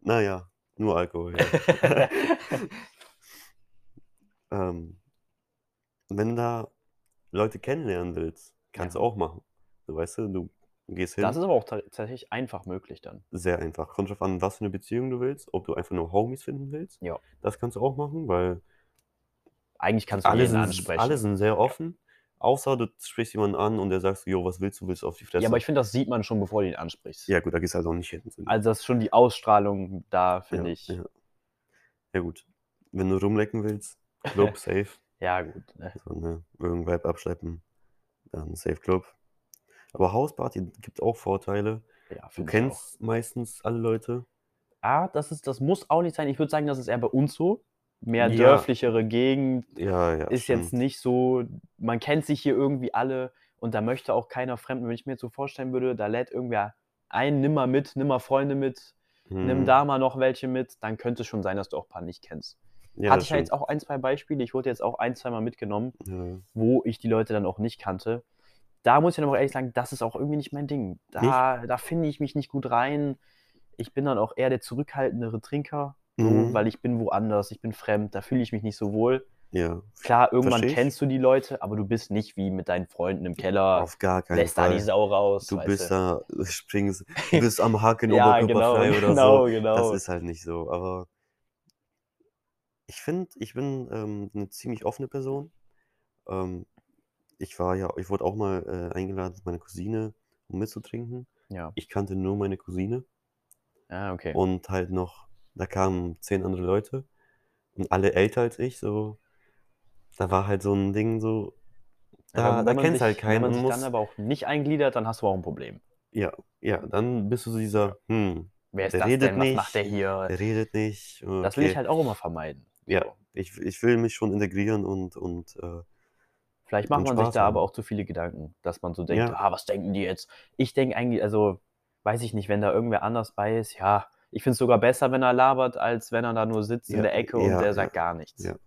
[SPEAKER 2] Naja, nur Alkohol. Ja. ähm, wenn du da Leute kennenlernen willst, kannst
[SPEAKER 1] Ja.
[SPEAKER 2] du auch machen. Du weißt du, du gehst hin.
[SPEAKER 1] das ist aber auch ta- tatsächlich einfach möglich dann.
[SPEAKER 2] sehr einfach. Kommt drauf an, was für eine Beziehung du willst, ob du einfach nur Homies finden willst.
[SPEAKER 1] Ja.
[SPEAKER 2] Das kannst du auch machen, weil
[SPEAKER 1] Eigentlich kannst du
[SPEAKER 2] alle
[SPEAKER 1] jeden
[SPEAKER 2] sind,
[SPEAKER 1] ansprechen.
[SPEAKER 2] alle sind sehr offen. Außer du sprichst jemanden an und der sagt, jo, was willst du, willst du auf die Fresse?
[SPEAKER 1] ja, aber ich finde, das sieht man schon, bevor du ihn ansprichst.
[SPEAKER 2] ja gut, da gehst du halt auch nicht hin.
[SPEAKER 1] Also das ist schon die Ausstrahlung da,
[SPEAKER 2] ja,
[SPEAKER 1] finde ich. Ja.
[SPEAKER 2] Ja. ja gut, wenn du rumlecken willst, Club, safe.
[SPEAKER 1] gut. Ne?
[SPEAKER 2] So, ne, irgendein Vibe abschleppen, dann safe Club. Aber Hausparty gibt auch Vorteile.
[SPEAKER 1] Ja,
[SPEAKER 2] Du
[SPEAKER 1] finde ich auch.
[SPEAKER 2] kennst meistens alle Leute.
[SPEAKER 1] Ah, das, ist, das muss auch nicht sein. Ich würde sagen, das ist eher bei uns so. Mehr
[SPEAKER 2] Ja.
[SPEAKER 1] dörflichere Gegend
[SPEAKER 2] Ja, ja.
[SPEAKER 1] ist jetzt
[SPEAKER 2] stimmt.
[SPEAKER 1] nicht so, man kennt sich hier irgendwie alle und da möchte auch keiner Fremden. Wenn ich mir jetzt so vorstellen würde, da lädt irgendwer ein, nimm mal mit, nimm mal Freunde mit, nimm
[SPEAKER 2] Hm,
[SPEAKER 1] da mal noch welche mit, dann könnte es schon sein, dass du auch ein paar nicht kennst.
[SPEAKER 2] ja,
[SPEAKER 1] Hatte
[SPEAKER 2] das
[SPEAKER 1] ich halt ja jetzt
[SPEAKER 2] stimmt.
[SPEAKER 1] auch ein, zwei Beispiele. Ich wurde jetzt auch ein, zwei Mal mitgenommen,
[SPEAKER 2] Ja, ja.
[SPEAKER 1] wo ich die Leute dann auch nicht kannte. Da muss ich dann auch ehrlich sagen, das ist auch irgendwie nicht mein Ding. Da, da finde ich mich nicht gut rein. Ich bin dann auch eher der zurückhaltendere Trinker, so,
[SPEAKER 2] Mhm.
[SPEAKER 1] weil ich bin woanders, ich bin fremd, da fühle ich mich nicht so wohl.
[SPEAKER 2] Hm. Ja,
[SPEAKER 1] Klar, irgendwann
[SPEAKER 2] Versteh ich.
[SPEAKER 1] kennst du die Leute, aber du bist nicht wie mit deinen Freunden im Keller,
[SPEAKER 2] auf gar keinen
[SPEAKER 1] lässt da
[SPEAKER 2] Fall.
[SPEAKER 1] die Sau raus.
[SPEAKER 2] du
[SPEAKER 1] weißt
[SPEAKER 2] bist
[SPEAKER 1] du.
[SPEAKER 2] da, springst, du bist am Haken
[SPEAKER 1] ja, genau,
[SPEAKER 2] oberkörperfrei oder
[SPEAKER 1] genau,
[SPEAKER 2] so.
[SPEAKER 1] genau.
[SPEAKER 2] Das ist halt nicht so, aber ich finde, ich bin ähm, eine ziemlich offene Person. Ähm, ich war ja, ich wurde auch mal äh, eingeladen von meiner Cousine, um mitzutrinken.
[SPEAKER 1] ja,
[SPEAKER 2] Ich kannte nur meine Cousine
[SPEAKER 1] ah, okay.
[SPEAKER 2] und halt noch, da kamen zehn andere Leute und alle älter als ich, so. Da war halt so ein Ding so,
[SPEAKER 1] Aber
[SPEAKER 2] da,
[SPEAKER 1] wenn
[SPEAKER 2] da
[SPEAKER 1] man
[SPEAKER 2] kennst
[SPEAKER 1] sich,
[SPEAKER 2] halt
[SPEAKER 1] Wenn
[SPEAKER 2] keinen
[SPEAKER 1] man
[SPEAKER 2] und
[SPEAKER 1] sich
[SPEAKER 2] musst,
[SPEAKER 1] dann aber auch nicht eingliedert, dann hast du auch ein Problem.
[SPEAKER 2] ja, dann bist du so dieser, hm,
[SPEAKER 1] Wer ist
[SPEAKER 2] Der
[SPEAKER 1] das
[SPEAKER 2] redet
[SPEAKER 1] denn? Was macht der
[SPEAKER 2] nicht,
[SPEAKER 1] hier?
[SPEAKER 2] Er redet nicht. äh,
[SPEAKER 1] Das will ich
[SPEAKER 2] okay.
[SPEAKER 1] halt auch immer vermeiden.
[SPEAKER 2] Ja.
[SPEAKER 1] So.
[SPEAKER 2] Ich, ich will mich schon integrieren und, und äh,
[SPEAKER 1] Vielleicht macht
[SPEAKER 2] Und
[SPEAKER 1] man sich
[SPEAKER 2] Spaß
[SPEAKER 1] da
[SPEAKER 2] haben.
[SPEAKER 1] aber auch zu viele Gedanken, dass man so denkt,
[SPEAKER 2] Ja.
[SPEAKER 1] ah, was denken die jetzt? Ich denke eigentlich, also weiß ich nicht, wenn da irgendwer anders bei ist, ja, ich finde es sogar besser, wenn er labert, als wenn er da nur sitzt in
[SPEAKER 2] Ja,
[SPEAKER 1] der Ecke
[SPEAKER 2] ja,
[SPEAKER 1] und der
[SPEAKER 2] ja,
[SPEAKER 1] sagt gar nichts. Ja,
[SPEAKER 2] ja.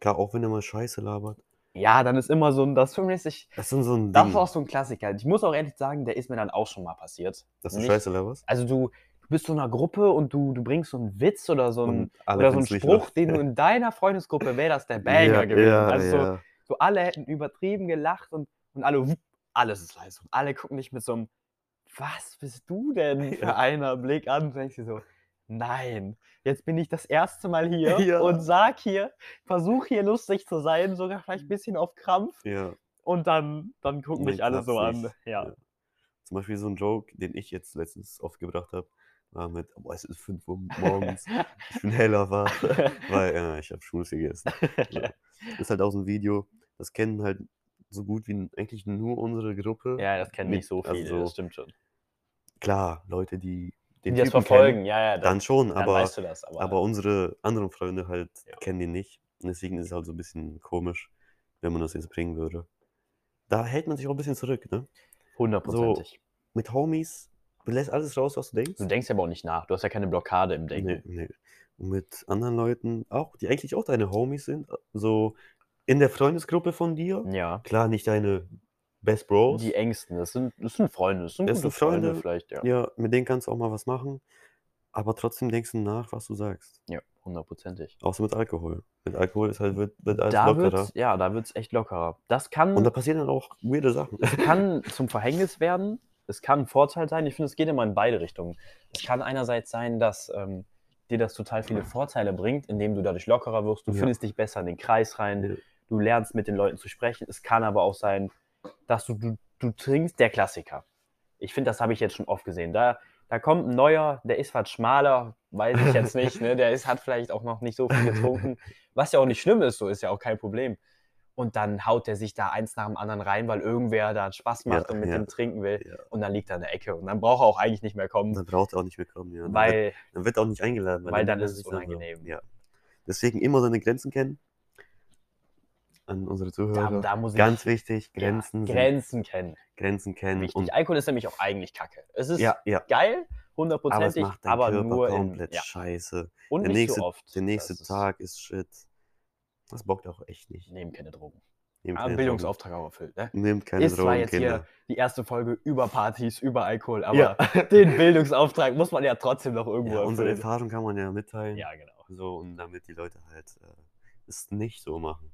[SPEAKER 2] klar, auch wenn er mal Scheiße labert.
[SPEAKER 1] dann ist immer so ein, das finde ich,
[SPEAKER 2] Das ist so ein
[SPEAKER 1] das
[SPEAKER 2] Ding,
[SPEAKER 1] ist auch so ein Klassiker. Ich muss auch ehrlich sagen, der ist mir dann auch schon mal passiert.
[SPEAKER 2] dass du
[SPEAKER 1] nicht-
[SPEAKER 2] Scheiße laberst.
[SPEAKER 1] Also du, du bist so in einer Gruppe und du, du bringst so einen Witz oder so einen,
[SPEAKER 2] Und alle
[SPEAKER 1] oder so einen
[SPEAKER 2] finden's nicht
[SPEAKER 1] Spruch,
[SPEAKER 2] lustig.
[SPEAKER 1] den du in deiner Freundesgruppe, wäre das der Banger
[SPEAKER 2] ja,
[SPEAKER 1] gewesen.
[SPEAKER 2] Ja,
[SPEAKER 1] also so,
[SPEAKER 2] ja.
[SPEAKER 1] So alle hätten übertrieben gelacht und, und alle, wupp, alles ist leise. Und alle gucken dich mit so einem, was bist du denn für einer Blick an? Und denkst dir so, nein, jetzt bin ich das erste Mal hier
[SPEAKER 2] Ja.
[SPEAKER 1] und sag hier, versuch hier lustig zu sein, sogar vielleicht ein bisschen auf Krampf.
[SPEAKER 2] ja.
[SPEAKER 1] Und dann, dann gucken
[SPEAKER 2] Man
[SPEAKER 1] mich alle so
[SPEAKER 2] klappt's
[SPEAKER 1] an.
[SPEAKER 2] nicht.
[SPEAKER 1] Ja.
[SPEAKER 2] Ja. Zum Beispiel so ein Joke, den ich jetzt letztens oft gebracht habe, war mit, boah, es ist 5 Uhr morgens, ich bin heller wach, weil äh, ich habe Schule gegessen. Ja. Ist halt aus dem Video, das kennen halt so gut wie eigentlich nur unsere Gruppe.
[SPEAKER 1] ja, das kennen
[SPEAKER 2] Mit-
[SPEAKER 1] nicht so
[SPEAKER 2] also
[SPEAKER 1] viele,
[SPEAKER 2] so-
[SPEAKER 1] das stimmt schon.
[SPEAKER 2] klar, Leute, die
[SPEAKER 1] Die
[SPEAKER 2] den
[SPEAKER 1] das
[SPEAKER 2] Typen
[SPEAKER 1] verfolgen,
[SPEAKER 2] kennen,
[SPEAKER 1] ja, ja.
[SPEAKER 2] dann schon,
[SPEAKER 1] dann
[SPEAKER 2] aber,
[SPEAKER 1] weißt du das. Aber,
[SPEAKER 2] aber unsere anderen Freunde halt
[SPEAKER 1] Ja.
[SPEAKER 2] kennen den nicht. Und deswegen ist es halt so ein bisschen komisch, wenn man das jetzt bringen würde. Da hält man sich auch ein bisschen zurück, ne?
[SPEAKER 1] hundertprozentig.
[SPEAKER 2] Mit Homies, du lässt alles raus, was du denkst.
[SPEAKER 1] Du denkst aber auch nicht nach. Du hast ja keine Blockade im Denken.
[SPEAKER 2] Nee, nee. Und mit anderen Leuten auch, die eigentlich auch deine Homies sind, äh, so in der Freundesgruppe von dir.
[SPEAKER 1] Ja.
[SPEAKER 2] Klar, nicht deine Best Bros.
[SPEAKER 1] Mhm. Die Ängsten, das sind, das sind Freunde, das sind
[SPEAKER 2] Das
[SPEAKER 1] gute
[SPEAKER 2] sind Freunde.
[SPEAKER 1] Freunde, vielleicht, ja.
[SPEAKER 2] ja, mit denen kannst du auch mal was machen. Aber trotzdem denkst du nach, was du sagst.
[SPEAKER 1] Ja, hundertprozentig.
[SPEAKER 2] Außer mit Alkohol. Mit Alkohol ist halt, wird, wird alles
[SPEAKER 1] Da
[SPEAKER 2] lockerer.
[SPEAKER 1] wird's, ja, da wird es echt lockerer. Das kann,
[SPEAKER 2] Und da passieren dann auch weirde Sachen.
[SPEAKER 1] kann zum Verhängnis werden, es kann ein Vorteil sein. Ich finde, es geht immer in beide Richtungen. Es kann einerseits sein, dass ähm, dir das total viele Vorteile bringt, indem du dadurch lockerer wirst, du
[SPEAKER 2] Ja.
[SPEAKER 1] findest dich besser in den Kreis rein,
[SPEAKER 2] Ja.
[SPEAKER 1] du lernst mit den Leuten zu sprechen. Es kann aber auch sein, dass du, du, du trinkst, der Klassiker. Ich finde, das habe ich jetzt schon oft gesehen. Da, da kommt ein neuer, der ist was schmaler, weiß ich jetzt nicht, ne? der ist, hat vielleicht auch noch nicht so viel getrunken, was ja auch nicht schlimm ist, so ist ja auch kein Problem. Und dann haut der sich da eins nach dem anderen rein, weil irgendwer da Spaß
[SPEAKER 2] Ja,
[SPEAKER 1] macht und mit
[SPEAKER 2] ja.
[SPEAKER 1] dem trinken will.
[SPEAKER 2] Ja.
[SPEAKER 1] Und dann liegt er in der Ecke. Und dann braucht er auch eigentlich nicht mehr kommen,
[SPEAKER 2] Dann braucht er auch nicht mehr kommen. Ja. Dann, wird,
[SPEAKER 1] weil
[SPEAKER 2] dann wird er auch nicht eingeladen.
[SPEAKER 1] weil dann
[SPEAKER 2] denkt er
[SPEAKER 1] ist es
[SPEAKER 2] sich so,
[SPEAKER 1] unangenehm.
[SPEAKER 2] ja. Deswegen immer seine Grenzen kennen. An unsere
[SPEAKER 1] da,
[SPEAKER 2] Zuhörer.
[SPEAKER 1] da muss ich
[SPEAKER 2] Ganz wichtig,
[SPEAKER 1] ja,
[SPEAKER 2] Grenzen, sind-
[SPEAKER 1] Grenzen kennen.
[SPEAKER 2] Grenzen kennen.
[SPEAKER 1] Wichtig.
[SPEAKER 2] Und,
[SPEAKER 1] Alkohol ist nämlich auch eigentlich Kacke. Es ist
[SPEAKER 2] ja, ja.
[SPEAKER 1] geil,
[SPEAKER 2] Aber es
[SPEAKER 1] hundertprozentig,
[SPEAKER 2] macht deinen
[SPEAKER 1] aber,
[SPEAKER 2] Körper
[SPEAKER 1] nur in,
[SPEAKER 2] komplett
[SPEAKER 1] ja.
[SPEAKER 2] scheiße.
[SPEAKER 1] und
[SPEAKER 2] Der
[SPEAKER 1] nicht
[SPEAKER 2] nächste,
[SPEAKER 1] so oft.
[SPEAKER 2] der nächste
[SPEAKER 1] Das ist-
[SPEAKER 2] Tag ist Shit. Das bockt auch echt nicht.
[SPEAKER 1] Ich nehme keine Drogen.
[SPEAKER 2] Nehmt
[SPEAKER 1] Aber
[SPEAKER 2] keine
[SPEAKER 1] Bildungsauftrag auch erfüllt. Ne?
[SPEAKER 2] Drogen. Nehmt keine
[SPEAKER 1] Ist zwar
[SPEAKER 2] Drogen,
[SPEAKER 1] jetzt
[SPEAKER 2] Kinder.
[SPEAKER 1] hier die erste Folge über Partys, über Alkohol, aber
[SPEAKER 2] Ja.
[SPEAKER 1] den Bildungsauftrag muss man ja trotzdem noch irgendwo
[SPEAKER 2] Ja, unsere
[SPEAKER 1] erfüllen.
[SPEAKER 2] Erfahrung kann man ja mitteilen.
[SPEAKER 1] Ja, genau.
[SPEAKER 2] So, und damit die Leute halt äh, es nicht so machen.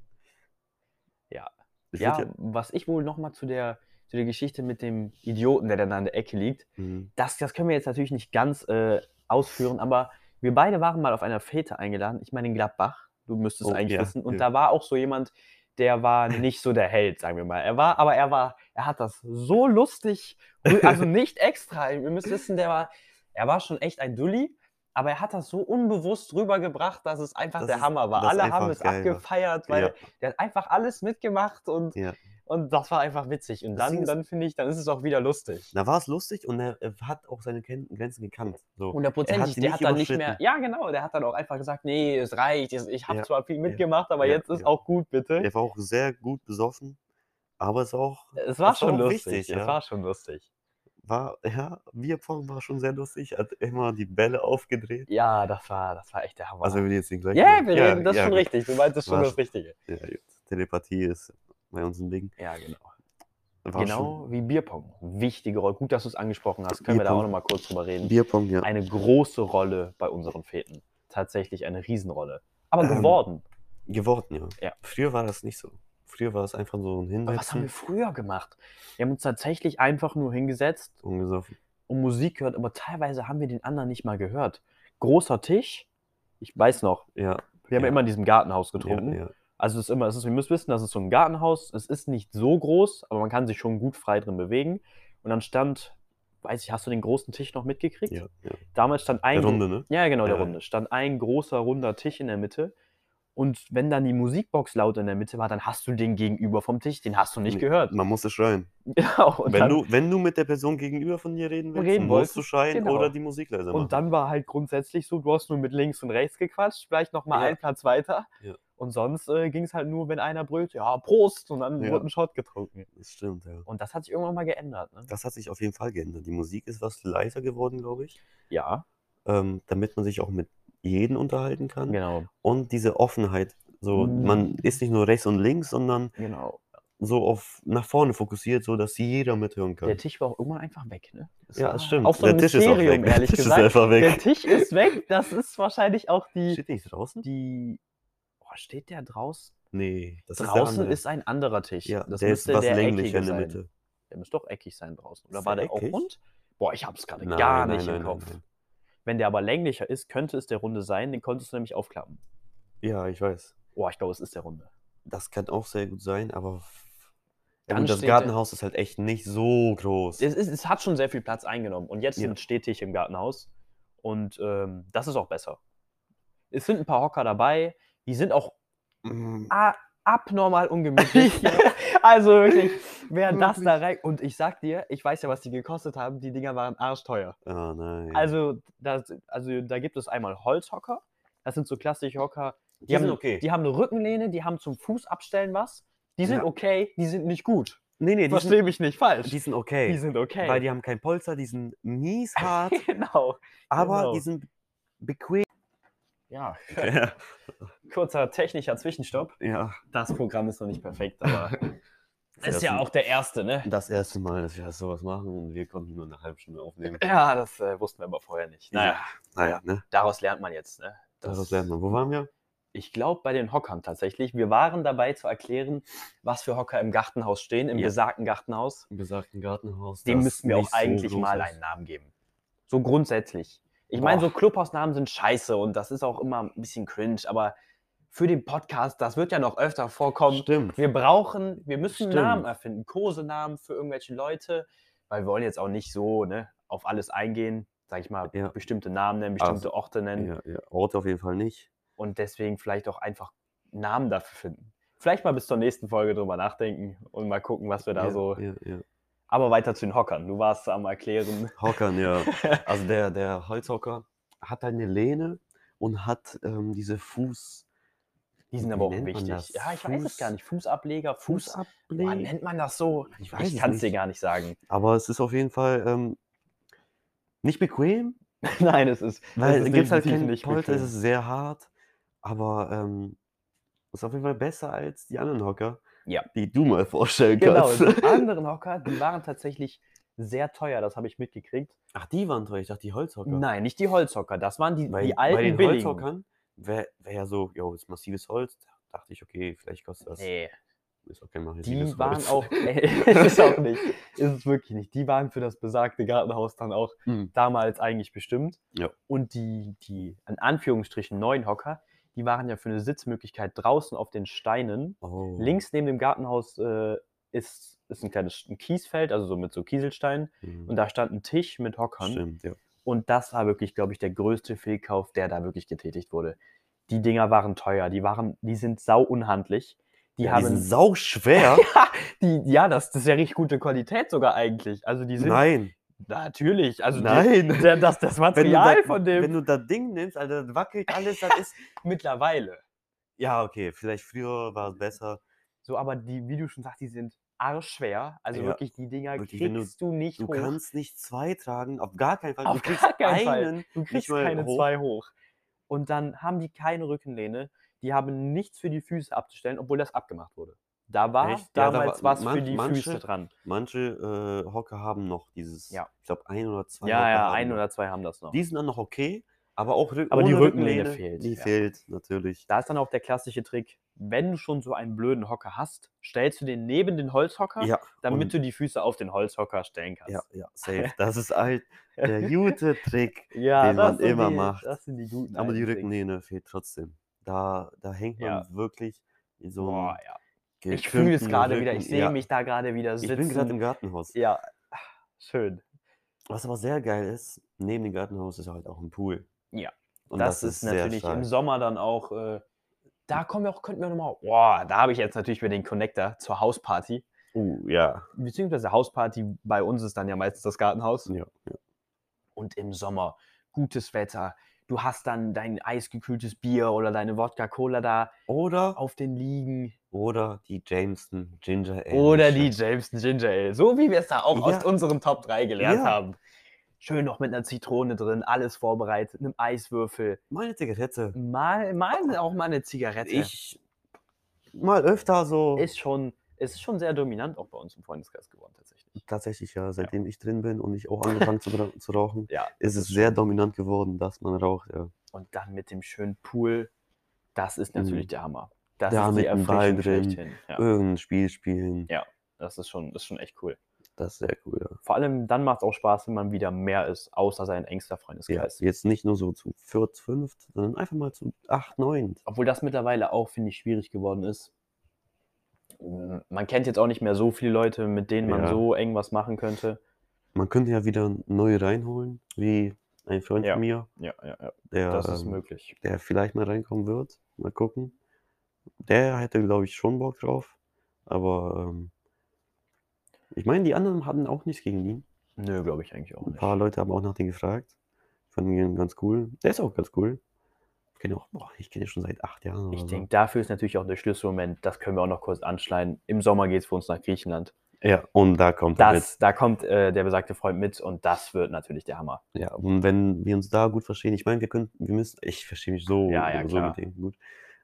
[SPEAKER 1] Ja.
[SPEAKER 2] Ich würd
[SPEAKER 1] Ja, was ich wohl nochmal zu der, zu der Geschichte mit dem Idioten, der dann da in der Ecke liegt,
[SPEAKER 2] Mhm.
[SPEAKER 1] das, das können wir jetzt natürlich nicht ganz äh, ausführen, aber wir beide waren mal auf einer Fete eingeladen. Ich meine in Gladbach, du müsstest
[SPEAKER 2] Oh,
[SPEAKER 1] eigentlich
[SPEAKER 2] ja,
[SPEAKER 1] wissen. Und
[SPEAKER 2] ja.
[SPEAKER 1] da war auch so jemand, der war nicht so der Held, sagen wir mal. Er war, aber er war, er hat das so lustig, ru- also nicht extra. Ihr müsst wissen, der war, er war schon echt ein Dulli, aber er hat das so unbewusst rübergebracht, dass es einfach
[SPEAKER 2] Das
[SPEAKER 1] der
[SPEAKER 2] ist-
[SPEAKER 1] Hammer war.
[SPEAKER 2] das
[SPEAKER 1] Alle haben
[SPEAKER 2] einfach
[SPEAKER 1] es
[SPEAKER 2] geil war.
[SPEAKER 1] abgefeiert, weil
[SPEAKER 2] Ja.
[SPEAKER 1] der hat einfach alles mitgemacht und,
[SPEAKER 2] Ja.
[SPEAKER 1] und das war einfach witzig. Und
[SPEAKER 2] Das Ding
[SPEAKER 1] dann,
[SPEAKER 2] ist-
[SPEAKER 1] dann finde ich, dann ist es auch wieder lustig.
[SPEAKER 2] Da war es lustig und er, er hat auch seine Ken Grenzen gekannt. So. Er hat
[SPEAKER 1] Hundertprozentig.
[SPEAKER 2] sie
[SPEAKER 1] Der
[SPEAKER 2] nicht
[SPEAKER 1] hat dann nicht mehr.
[SPEAKER 2] überschritten.
[SPEAKER 1] Ja, genau. Der hat dann auch einfach gesagt: Nee, es reicht. es- Ich habe
[SPEAKER 2] Ja,
[SPEAKER 1] zwar viel mitgemacht, aber
[SPEAKER 2] ja,
[SPEAKER 1] jetzt ist
[SPEAKER 2] ja.
[SPEAKER 1] auch gut, bitte.
[SPEAKER 2] Er war auch sehr gut besoffen, aber es war auch,
[SPEAKER 1] es war
[SPEAKER 2] das war
[SPEAKER 1] schon
[SPEAKER 2] auch
[SPEAKER 1] lustig.
[SPEAKER 2] wichtig,
[SPEAKER 1] Es
[SPEAKER 2] ja.
[SPEAKER 1] war schon lustig.
[SPEAKER 2] war, ja, Bierpong war schon sehr lustig, hat immer die Bälle aufgedreht.
[SPEAKER 1] Ja, das war, das war echt der Hammer.
[SPEAKER 2] Also, wir reden jetzt nicht gleich.
[SPEAKER 1] ja,
[SPEAKER 2] über-
[SPEAKER 1] wir reden, das ist
[SPEAKER 2] ja,
[SPEAKER 1] schon
[SPEAKER 2] gut.
[SPEAKER 1] richtig. Du meinst es schon
[SPEAKER 2] War
[SPEAKER 1] das
[SPEAKER 2] schon-
[SPEAKER 1] Richtige.
[SPEAKER 2] Ja, gut. Telepathie ist bei uns ein Ding.
[SPEAKER 1] Ja, genau.
[SPEAKER 2] War
[SPEAKER 1] genau wie Bierpong. Wichtige Rolle. Gut, dass du es angesprochen hast. Können wir da auch
[SPEAKER 2] Bierpong.
[SPEAKER 1] nochmal kurz drüber
[SPEAKER 2] Schon
[SPEAKER 1] reden.
[SPEAKER 2] Bierpong, ja.
[SPEAKER 1] Eine große Rolle bei unseren Fäten. Tatsächlich eine Riesenrolle. Aber
[SPEAKER 2] Ähm,
[SPEAKER 1] geworden.
[SPEAKER 2] Geworden, ja.
[SPEAKER 1] Ja.
[SPEAKER 2] Früher war das nicht so. Früher war es einfach so ein
[SPEAKER 1] Aber
[SPEAKER 2] Hinweis.
[SPEAKER 1] was haben wir früher gemacht? Wir haben uns tatsächlich einfach nur hingesetzt
[SPEAKER 2] Ungesoffen.
[SPEAKER 1] und Musik gehört, aber teilweise haben wir den anderen nicht mal gehört. Großer Tisch, ich weiß noch,
[SPEAKER 2] Ja.
[SPEAKER 1] wir haben ja.
[SPEAKER 2] Ja.
[SPEAKER 1] immer in diesem Gartenhaus
[SPEAKER 2] ja,
[SPEAKER 1] getrunken.
[SPEAKER 2] ja.
[SPEAKER 1] Also es ist immer, es ist, ihr müsst wissen, das ist so ein Gartenhaus, es ist nicht so groß, aber man kann sich schon gut frei drin bewegen. Und dann stand, weiß ich, hast du den großen Tisch noch mitgekriegt?
[SPEAKER 2] ja, ja.
[SPEAKER 1] Damals stand ein
[SPEAKER 2] Der Runde, ne?
[SPEAKER 1] ja, genau, der
[SPEAKER 2] Ja.
[SPEAKER 1] Runde. Stand ein großer, runder Tisch in der Mitte. Und wenn dann die Musikbox laut in der Mitte war, dann hast du den gegenüber vom Tisch, den hast du nicht
[SPEAKER 2] Nee,
[SPEAKER 1] gehört.
[SPEAKER 2] Man musste schreien.
[SPEAKER 1] Genau, und
[SPEAKER 2] Wenn
[SPEAKER 1] dann-
[SPEAKER 2] du, wenn du mit der Person gegenüber von dir reden willst,
[SPEAKER 1] Reden
[SPEAKER 2] musst
[SPEAKER 1] wolltest,
[SPEAKER 2] du schreien
[SPEAKER 1] genau.
[SPEAKER 2] oder die Musik leiser machen.
[SPEAKER 1] Und dann war halt grundsätzlich so, du hast nur mit links und rechts gequatscht, vielleicht nochmal mal
[SPEAKER 2] Ja.
[SPEAKER 1] einen Platz weiter.
[SPEAKER 2] Ja.
[SPEAKER 1] Und sonst äh, ging es halt nur, wenn einer brüllt, ja, Prost, und dann
[SPEAKER 2] Ja.
[SPEAKER 1] wurde ein Shot getrunken.
[SPEAKER 2] das stimmt, ja.
[SPEAKER 1] Und das hat sich irgendwann mal geändert. Ne?
[SPEAKER 2] Das hat sich auf jeden Fall geändert. Die Musik ist was leiser geworden, glaube ich.
[SPEAKER 1] Ja,
[SPEAKER 2] Ähm, damit man sich auch mit jedem unterhalten kann.
[SPEAKER 1] genau.
[SPEAKER 2] Und diese Offenheit. So,
[SPEAKER 1] Mhm.
[SPEAKER 2] man ist nicht nur rechts und links, sondern
[SPEAKER 1] genau.
[SPEAKER 2] so auf nach vorne fokussiert, so dass jeder mithören kann.
[SPEAKER 1] Der Tisch war auch irgendwann einfach weg. Ne?
[SPEAKER 2] ja,
[SPEAKER 1] war
[SPEAKER 2] das stimmt.
[SPEAKER 1] Auch so ein Mysterium,
[SPEAKER 2] Der
[SPEAKER 1] ehrlich
[SPEAKER 2] Tisch
[SPEAKER 1] gesagt.
[SPEAKER 2] ist einfach
[SPEAKER 1] Der
[SPEAKER 2] weg.
[SPEAKER 1] Tisch ist weg, das ist wahrscheinlich auch die.
[SPEAKER 2] Steht der nicht draußen?
[SPEAKER 1] die oh, steht der draußen?
[SPEAKER 2] Nee, das ist der
[SPEAKER 1] draußen
[SPEAKER 2] andere.
[SPEAKER 1] ist, ein anderer Tisch.
[SPEAKER 2] ja,
[SPEAKER 1] das
[SPEAKER 2] der ist
[SPEAKER 1] müsste
[SPEAKER 2] was
[SPEAKER 1] der eckige
[SPEAKER 2] länglicher in der
[SPEAKER 1] sein.
[SPEAKER 2] Mitte.
[SPEAKER 1] Der müsste doch eckig sein draußen. Oder
[SPEAKER 2] Ist
[SPEAKER 1] war
[SPEAKER 2] der
[SPEAKER 1] der auch
[SPEAKER 2] eckig?
[SPEAKER 1] rund? Boah, ich hab's gerade
[SPEAKER 2] Nein,
[SPEAKER 1] gar
[SPEAKER 2] nein,
[SPEAKER 1] nicht
[SPEAKER 2] nein,
[SPEAKER 1] im
[SPEAKER 2] nein,
[SPEAKER 1] Kopf.
[SPEAKER 2] nein.
[SPEAKER 1] Wenn der aber länglicher ist, könnte es der Runde sein, den konntest du nämlich aufklappen.
[SPEAKER 2] Ja, ich weiß.
[SPEAKER 1] Boah, ich glaube, es ist der Runde.
[SPEAKER 2] Das kann auch sehr gut sein, aber ja,
[SPEAKER 1] Dann
[SPEAKER 2] gut, das
[SPEAKER 1] steht der-
[SPEAKER 2] Gartenhaus ist halt echt nicht so groß.
[SPEAKER 1] Es, ist, es hat schon sehr viel Platz eingenommen und jetzt
[SPEAKER 2] Ja.
[SPEAKER 1] sind stetig im Gartenhaus und ähm, das ist auch besser. Es sind ein paar Hocker dabei, die sind auch
[SPEAKER 2] Mm,
[SPEAKER 1] Ah. a- abnormal ungemütlich. also wirklich, Wer das da rein. Und ich sag dir, ich weiß ja, was die gekostet haben. Die Dinger waren arschteuer.
[SPEAKER 2] Ah, nein.
[SPEAKER 1] Also, das, also da gibt es einmal Holzhocker. Das sind so klassische Hocker. Die,
[SPEAKER 2] die
[SPEAKER 1] haben,
[SPEAKER 2] sind okay.
[SPEAKER 1] die haben eine Rückenlehne, die haben zum Fuß abstellen was. Die sind
[SPEAKER 2] Ja.
[SPEAKER 1] okay, die sind nicht gut.
[SPEAKER 2] nee, nee, die sind,
[SPEAKER 1] Verstehe mich nicht falsch.
[SPEAKER 2] die sind okay.
[SPEAKER 1] Die sind okay.
[SPEAKER 2] Weil die haben kein Polster, die sind mies hart,
[SPEAKER 1] genau.
[SPEAKER 2] aber
[SPEAKER 1] Genau.
[SPEAKER 2] die sind bequem.
[SPEAKER 1] Ja, kurzer technischer Zwischenstopp.
[SPEAKER 2] ja.
[SPEAKER 1] Das Programm ist noch nicht perfekt, aber
[SPEAKER 2] Das
[SPEAKER 1] ist ja auch der erste, ne?
[SPEAKER 2] Das erste Mal, dass wir das sowas machen und wir konnten nur eine halbe Stunde aufnehmen.
[SPEAKER 1] Ja, das äh, wussten wir aber vorher nicht. Naja,
[SPEAKER 2] Naja, ne?
[SPEAKER 1] daraus lernt man jetzt, ne?
[SPEAKER 2] Das, das lernt man. Wo waren wir?
[SPEAKER 1] Ich glaube, bei den Hockern tatsächlich. Wir waren dabei zu erklären, was für Hocker im Gartenhaus stehen, im
[SPEAKER 2] Ja.
[SPEAKER 1] besagten Gartenhaus.
[SPEAKER 2] Im besagten Gartenhaus.
[SPEAKER 1] Dem
[SPEAKER 2] das
[SPEAKER 1] müssten wir auch
[SPEAKER 2] nicht so
[SPEAKER 1] eigentlich
[SPEAKER 2] groß
[SPEAKER 1] mal
[SPEAKER 2] ist.
[SPEAKER 1] einen Namen geben. So grundsätzlich. Ich meine, so
[SPEAKER 2] Boah.
[SPEAKER 1] Clubhausnamen sind scheiße und das ist auch immer ein bisschen cringe, aber für den Podcast, das wird ja noch öfter vorkommen.
[SPEAKER 2] Stimmt.
[SPEAKER 1] Wir brauchen, wir müssen
[SPEAKER 2] Stimmt.
[SPEAKER 1] Namen erfinden, Kosenamen für irgendwelche Leute, weil wir wollen jetzt auch nicht so ne, auf alles eingehen, sag ich mal,
[SPEAKER 2] Ja.
[SPEAKER 1] bestimmte Namen nennen,
[SPEAKER 2] Also,
[SPEAKER 1] bestimmte Orte nennen
[SPEAKER 2] Ja, ja. Orte auf jeden Fall nicht.
[SPEAKER 1] und deswegen vielleicht auch einfach Namen dafür finden. Vielleicht mal bis zur nächsten Folge drüber nachdenken und mal gucken, was wir da
[SPEAKER 2] ja,
[SPEAKER 1] so.
[SPEAKER 2] Ja, ja.
[SPEAKER 1] Aber weiter zu den Hockern. Du warst am Erklären.
[SPEAKER 2] Hockern, ja. Also der, der Holzhocker hat halt eine Lehne und hat ähm, diese Fuß...
[SPEAKER 1] Die sind aber auch
[SPEAKER 2] Wie nennt man
[SPEAKER 1] wichtig.
[SPEAKER 2] das?
[SPEAKER 1] Ja, ich weiß es gar
[SPEAKER 2] Fuß-
[SPEAKER 1] nicht. Fußableger, Fuß. Boah,
[SPEAKER 2] Fußablegen.
[SPEAKER 1] nennt man das so?
[SPEAKER 2] Ich weiß
[SPEAKER 1] Ich
[SPEAKER 2] es
[SPEAKER 1] kann es dir
[SPEAKER 2] nicht.
[SPEAKER 1] gar nicht sagen.
[SPEAKER 2] Aber es ist auf jeden Fall ähm, nicht bequem,
[SPEAKER 1] Nein, es ist.
[SPEAKER 2] weil
[SPEAKER 1] es
[SPEAKER 2] es
[SPEAKER 1] ist
[SPEAKER 2] gibt halt
[SPEAKER 1] definitiv
[SPEAKER 2] keinen
[SPEAKER 1] nicht
[SPEAKER 2] Polter, es
[SPEAKER 1] bequem.
[SPEAKER 2] ist sehr hart, aber ähm, ist auf jeden Fall besser als die anderen Hocker,
[SPEAKER 1] Ja.
[SPEAKER 2] die du mal vorstellen
[SPEAKER 1] Genau,
[SPEAKER 2] kannst.
[SPEAKER 1] die anderen Hocker, die waren tatsächlich sehr teuer, das habe ich mitgekriegt.
[SPEAKER 2] Ach, die waren teuer, ich dachte die Holzhocker.
[SPEAKER 1] Nein, nicht die Holzhocker, das waren die,
[SPEAKER 2] Oh Bei,
[SPEAKER 1] die
[SPEAKER 2] bei
[SPEAKER 1] alten
[SPEAKER 2] den
[SPEAKER 1] billigen.
[SPEAKER 2] Holzhockern wäre wär ja so, jo, ist massives Holz. Da dachte ich, okay, vielleicht kostet das.
[SPEAKER 1] Nee,
[SPEAKER 2] Ist auch kein massives
[SPEAKER 1] die waren
[SPEAKER 2] Holz.
[SPEAKER 1] auch, Ey, ist es auch nicht, ist es wirklich nicht. Die waren für das besagte Gartenhaus dann auch
[SPEAKER 2] Mhm.
[SPEAKER 1] damals eigentlich bestimmt.
[SPEAKER 2] Ja.
[SPEAKER 1] Und die, die in Anführungsstrichen neuen Hocker, die waren ja für eine Sitzmöglichkeit draußen auf den Steinen.
[SPEAKER 2] Oh.
[SPEAKER 1] Links neben dem Gartenhaus äh, ist, ist ein kleines ein Kiesfeld, also so mit so Kieselsteinen.
[SPEAKER 2] Mhm.
[SPEAKER 1] Und da stand ein Tisch mit Hockern.
[SPEAKER 2] Stimmt, ja.
[SPEAKER 1] Und das war wirklich, glaube ich, der größte Fehlkauf, der da wirklich getätigt wurde. Die Dinger waren teuer, die waren, die sind sau unhandlich. Die
[SPEAKER 2] ja, die sind
[SPEAKER 1] haben,
[SPEAKER 2] sau schwer.
[SPEAKER 1] die, ja, das, das ist ja richtig gute Qualität sogar eigentlich. Also die sind
[SPEAKER 2] Nein,
[SPEAKER 1] natürlich, also Die,
[SPEAKER 2] nein.
[SPEAKER 1] der, das, das
[SPEAKER 2] Wenn du,
[SPEAKER 1] Material
[SPEAKER 2] da,
[SPEAKER 1] von dem
[SPEAKER 2] wenn du das Ding nimmst, Alter, das wackelt alles, das ist.
[SPEAKER 1] mittlerweile.
[SPEAKER 2] Ja, okay, vielleicht früher war es besser.
[SPEAKER 1] So, aber die, wie du schon sagst, die sind arschschwer. Also
[SPEAKER 2] Ja,
[SPEAKER 1] wirklich, die Dinger
[SPEAKER 2] wirklich, wenn du-
[SPEAKER 1] kriegst du, nicht
[SPEAKER 2] Du
[SPEAKER 1] hoch.
[SPEAKER 2] kannst nicht zwei tragen, auf gar keinen Fall.
[SPEAKER 1] Auf
[SPEAKER 2] du kriegst
[SPEAKER 1] gar keinen Fall.
[SPEAKER 2] einen.
[SPEAKER 1] Du kriegst
[SPEAKER 2] mal
[SPEAKER 1] keine
[SPEAKER 2] hoch.
[SPEAKER 1] zwei hoch. Und dann haben die keine Rückenlehne, die haben nichts für die Füße abzustellen, obwohl das abgemacht wurde. Da war
[SPEAKER 2] Echt? Ja, da
[SPEAKER 1] damals
[SPEAKER 2] war-
[SPEAKER 1] was
[SPEAKER 2] man-
[SPEAKER 1] für die
[SPEAKER 2] manche-
[SPEAKER 1] Füße dran.
[SPEAKER 2] Manche äh, Hocker haben noch dieses,
[SPEAKER 1] Ja.
[SPEAKER 2] ich glaube, ein oder zwei.
[SPEAKER 1] Ja,
[SPEAKER 2] Hocker
[SPEAKER 1] ja,
[SPEAKER 2] haben
[SPEAKER 1] ein
[SPEAKER 2] noch.
[SPEAKER 1] oder zwei haben das noch.
[SPEAKER 2] Die sind dann noch okay, aber auch Rück
[SPEAKER 1] Aber die
[SPEAKER 2] ohne
[SPEAKER 1] Rückenlehne fehlt,
[SPEAKER 2] Die
[SPEAKER 1] ja.
[SPEAKER 2] fehlt, natürlich.
[SPEAKER 1] da ist dann auch der klassische Trick, wenn du schon so einen blöden Hocker hast, stellst du den neben den Holzhocker,
[SPEAKER 2] Ja,
[SPEAKER 1] damit
[SPEAKER 2] und-
[SPEAKER 1] du die Füße auf den Holzhocker stellen kannst.
[SPEAKER 2] ja, ja, safe. Das ist halt der gute Trick.
[SPEAKER 1] Ja,
[SPEAKER 2] Den man
[SPEAKER 1] sind
[SPEAKER 2] immer
[SPEAKER 1] die,
[SPEAKER 2] macht.
[SPEAKER 1] Das sind die guten.
[SPEAKER 2] Aber die
[SPEAKER 1] alten Tricks.
[SPEAKER 2] Rückenlehne fehlt trotzdem. Da, da hängt man
[SPEAKER 1] Ja.
[SPEAKER 2] wirklich in so
[SPEAKER 1] Boah,
[SPEAKER 2] einem
[SPEAKER 1] ja. Ich fühle es gerade wieder, ich sehe mich da gerade wieder
[SPEAKER 2] Ich
[SPEAKER 1] sitzen.
[SPEAKER 2] bin gerade im Gartenhaus.
[SPEAKER 1] ja, schön.
[SPEAKER 2] Was aber sehr geil ist, neben dem Gartenhaus ist halt auch ein Pool.
[SPEAKER 1] Ja.
[SPEAKER 2] Und
[SPEAKER 1] das, ist
[SPEAKER 2] sehr
[SPEAKER 1] natürlich im
[SPEAKER 2] stark.
[SPEAKER 1] Sommer dann auch. Äh, da kommen wir auch, könnten wir nochmal. Boah, da habe ich jetzt natürlich wieder den Connector zur Hausparty.
[SPEAKER 2] Uh, ja.
[SPEAKER 1] Beziehungsweise Hausparty bei uns ist dann ja meistens das Gartenhaus.
[SPEAKER 2] Ja,
[SPEAKER 1] Und im Sommer, gutes Wetter. Du hast dann dein eisgekühltes Bier oder deine Wodka-Cola da
[SPEAKER 2] Oder,
[SPEAKER 1] auf den Liegen.
[SPEAKER 2] oder die Jameson Ginger Ale.
[SPEAKER 1] Oder die
[SPEAKER 2] Mische.
[SPEAKER 1] Jameson Ginger Ale. So wie wir es da auch aus
[SPEAKER 2] Ja.
[SPEAKER 1] unserem Top 3 gelernt
[SPEAKER 2] Ja.
[SPEAKER 1] haben. Schön noch mit einer Zitrone drin, alles vorbereitet, einem Eiswürfel.
[SPEAKER 2] Meine Zigarette.
[SPEAKER 1] Mal, mal auch mal eine Zigarette.
[SPEAKER 2] Oh. Ich mal öfter so.
[SPEAKER 1] ist schon, es ist schon sehr dominant auch bei uns im Freundeskreis geworden, tatsächlich.
[SPEAKER 2] Tatsächlich, ja, seitdem ich drin bin und ich auch angefangen zu, ra- zu rauchen,
[SPEAKER 1] Ja.
[SPEAKER 2] ist es sehr dominant geworden, dass man raucht. Ja.
[SPEAKER 1] Und dann mit dem schönen Pool, das ist natürlich
[SPEAKER 2] Mhm.
[SPEAKER 1] der Hammer. Das
[SPEAKER 2] Da
[SPEAKER 1] ist
[SPEAKER 2] mit dem Ball drin. Äh.
[SPEAKER 1] schlechthin. Ja,
[SPEAKER 2] Irgendein Spiel spielen,
[SPEAKER 1] Ja. das ist schon, ist schon echt cool.
[SPEAKER 2] das ist sehr cool. Ja.
[SPEAKER 1] Vor allem dann macht es auch Spaß, wenn man wieder mehr ist, außer sein engster
[SPEAKER 2] Ja,
[SPEAKER 1] Freundeskreis.
[SPEAKER 2] Also jetzt nicht nur so zu viert, fünft, sondern einfach mal zu acht, neunt.
[SPEAKER 1] Obwohl das mittlerweile auch, finde ich, schwierig geworden ist. M- Man kennt jetzt auch nicht mehr so viele Leute, mit denen man
[SPEAKER 2] Ja.
[SPEAKER 1] so eng was machen könnte.
[SPEAKER 2] Man könnte ja wieder neue reinholen, wie ein Freund
[SPEAKER 1] Ja.
[SPEAKER 2] von mir,
[SPEAKER 1] Ja, ja, ja.
[SPEAKER 2] der,
[SPEAKER 1] Das ist
[SPEAKER 2] ähm,
[SPEAKER 1] möglich.
[SPEAKER 2] der vielleicht mal reinkommen wird. Mal gucken. Der hätte, glaube ich, schon Bock drauf. Aber ähm, Ich meine, die anderen hatten auch nichts gegen ihn.
[SPEAKER 1] Nö, glaube ich eigentlich auch
[SPEAKER 2] Ein
[SPEAKER 1] nicht.
[SPEAKER 2] paar Leute haben auch nach dem gefragt. Fanden ihn ganz cool. Der ist auch ganz cool. Ich kenne auch, boah, ich kenne ihn schon seit acht Jahren.
[SPEAKER 1] Ich
[SPEAKER 2] oder so.
[SPEAKER 1] denke, dafür ist natürlich auch der Schlüsselmoment, das können wir auch noch kurz anschneiden. Im Sommer geht es für uns nach Griechenland.
[SPEAKER 2] Ja, und da kommt er
[SPEAKER 1] Das, da kommt äh, der besagte Freund mit und das wird natürlich der Hammer.
[SPEAKER 2] mit. Ja, und wenn wir uns da gut verstehen, ich meine, wir können, wir müssen, ich verstehe mich so,
[SPEAKER 1] Ja, ja,
[SPEAKER 2] so
[SPEAKER 1] klar.
[SPEAKER 2] mit denen gut.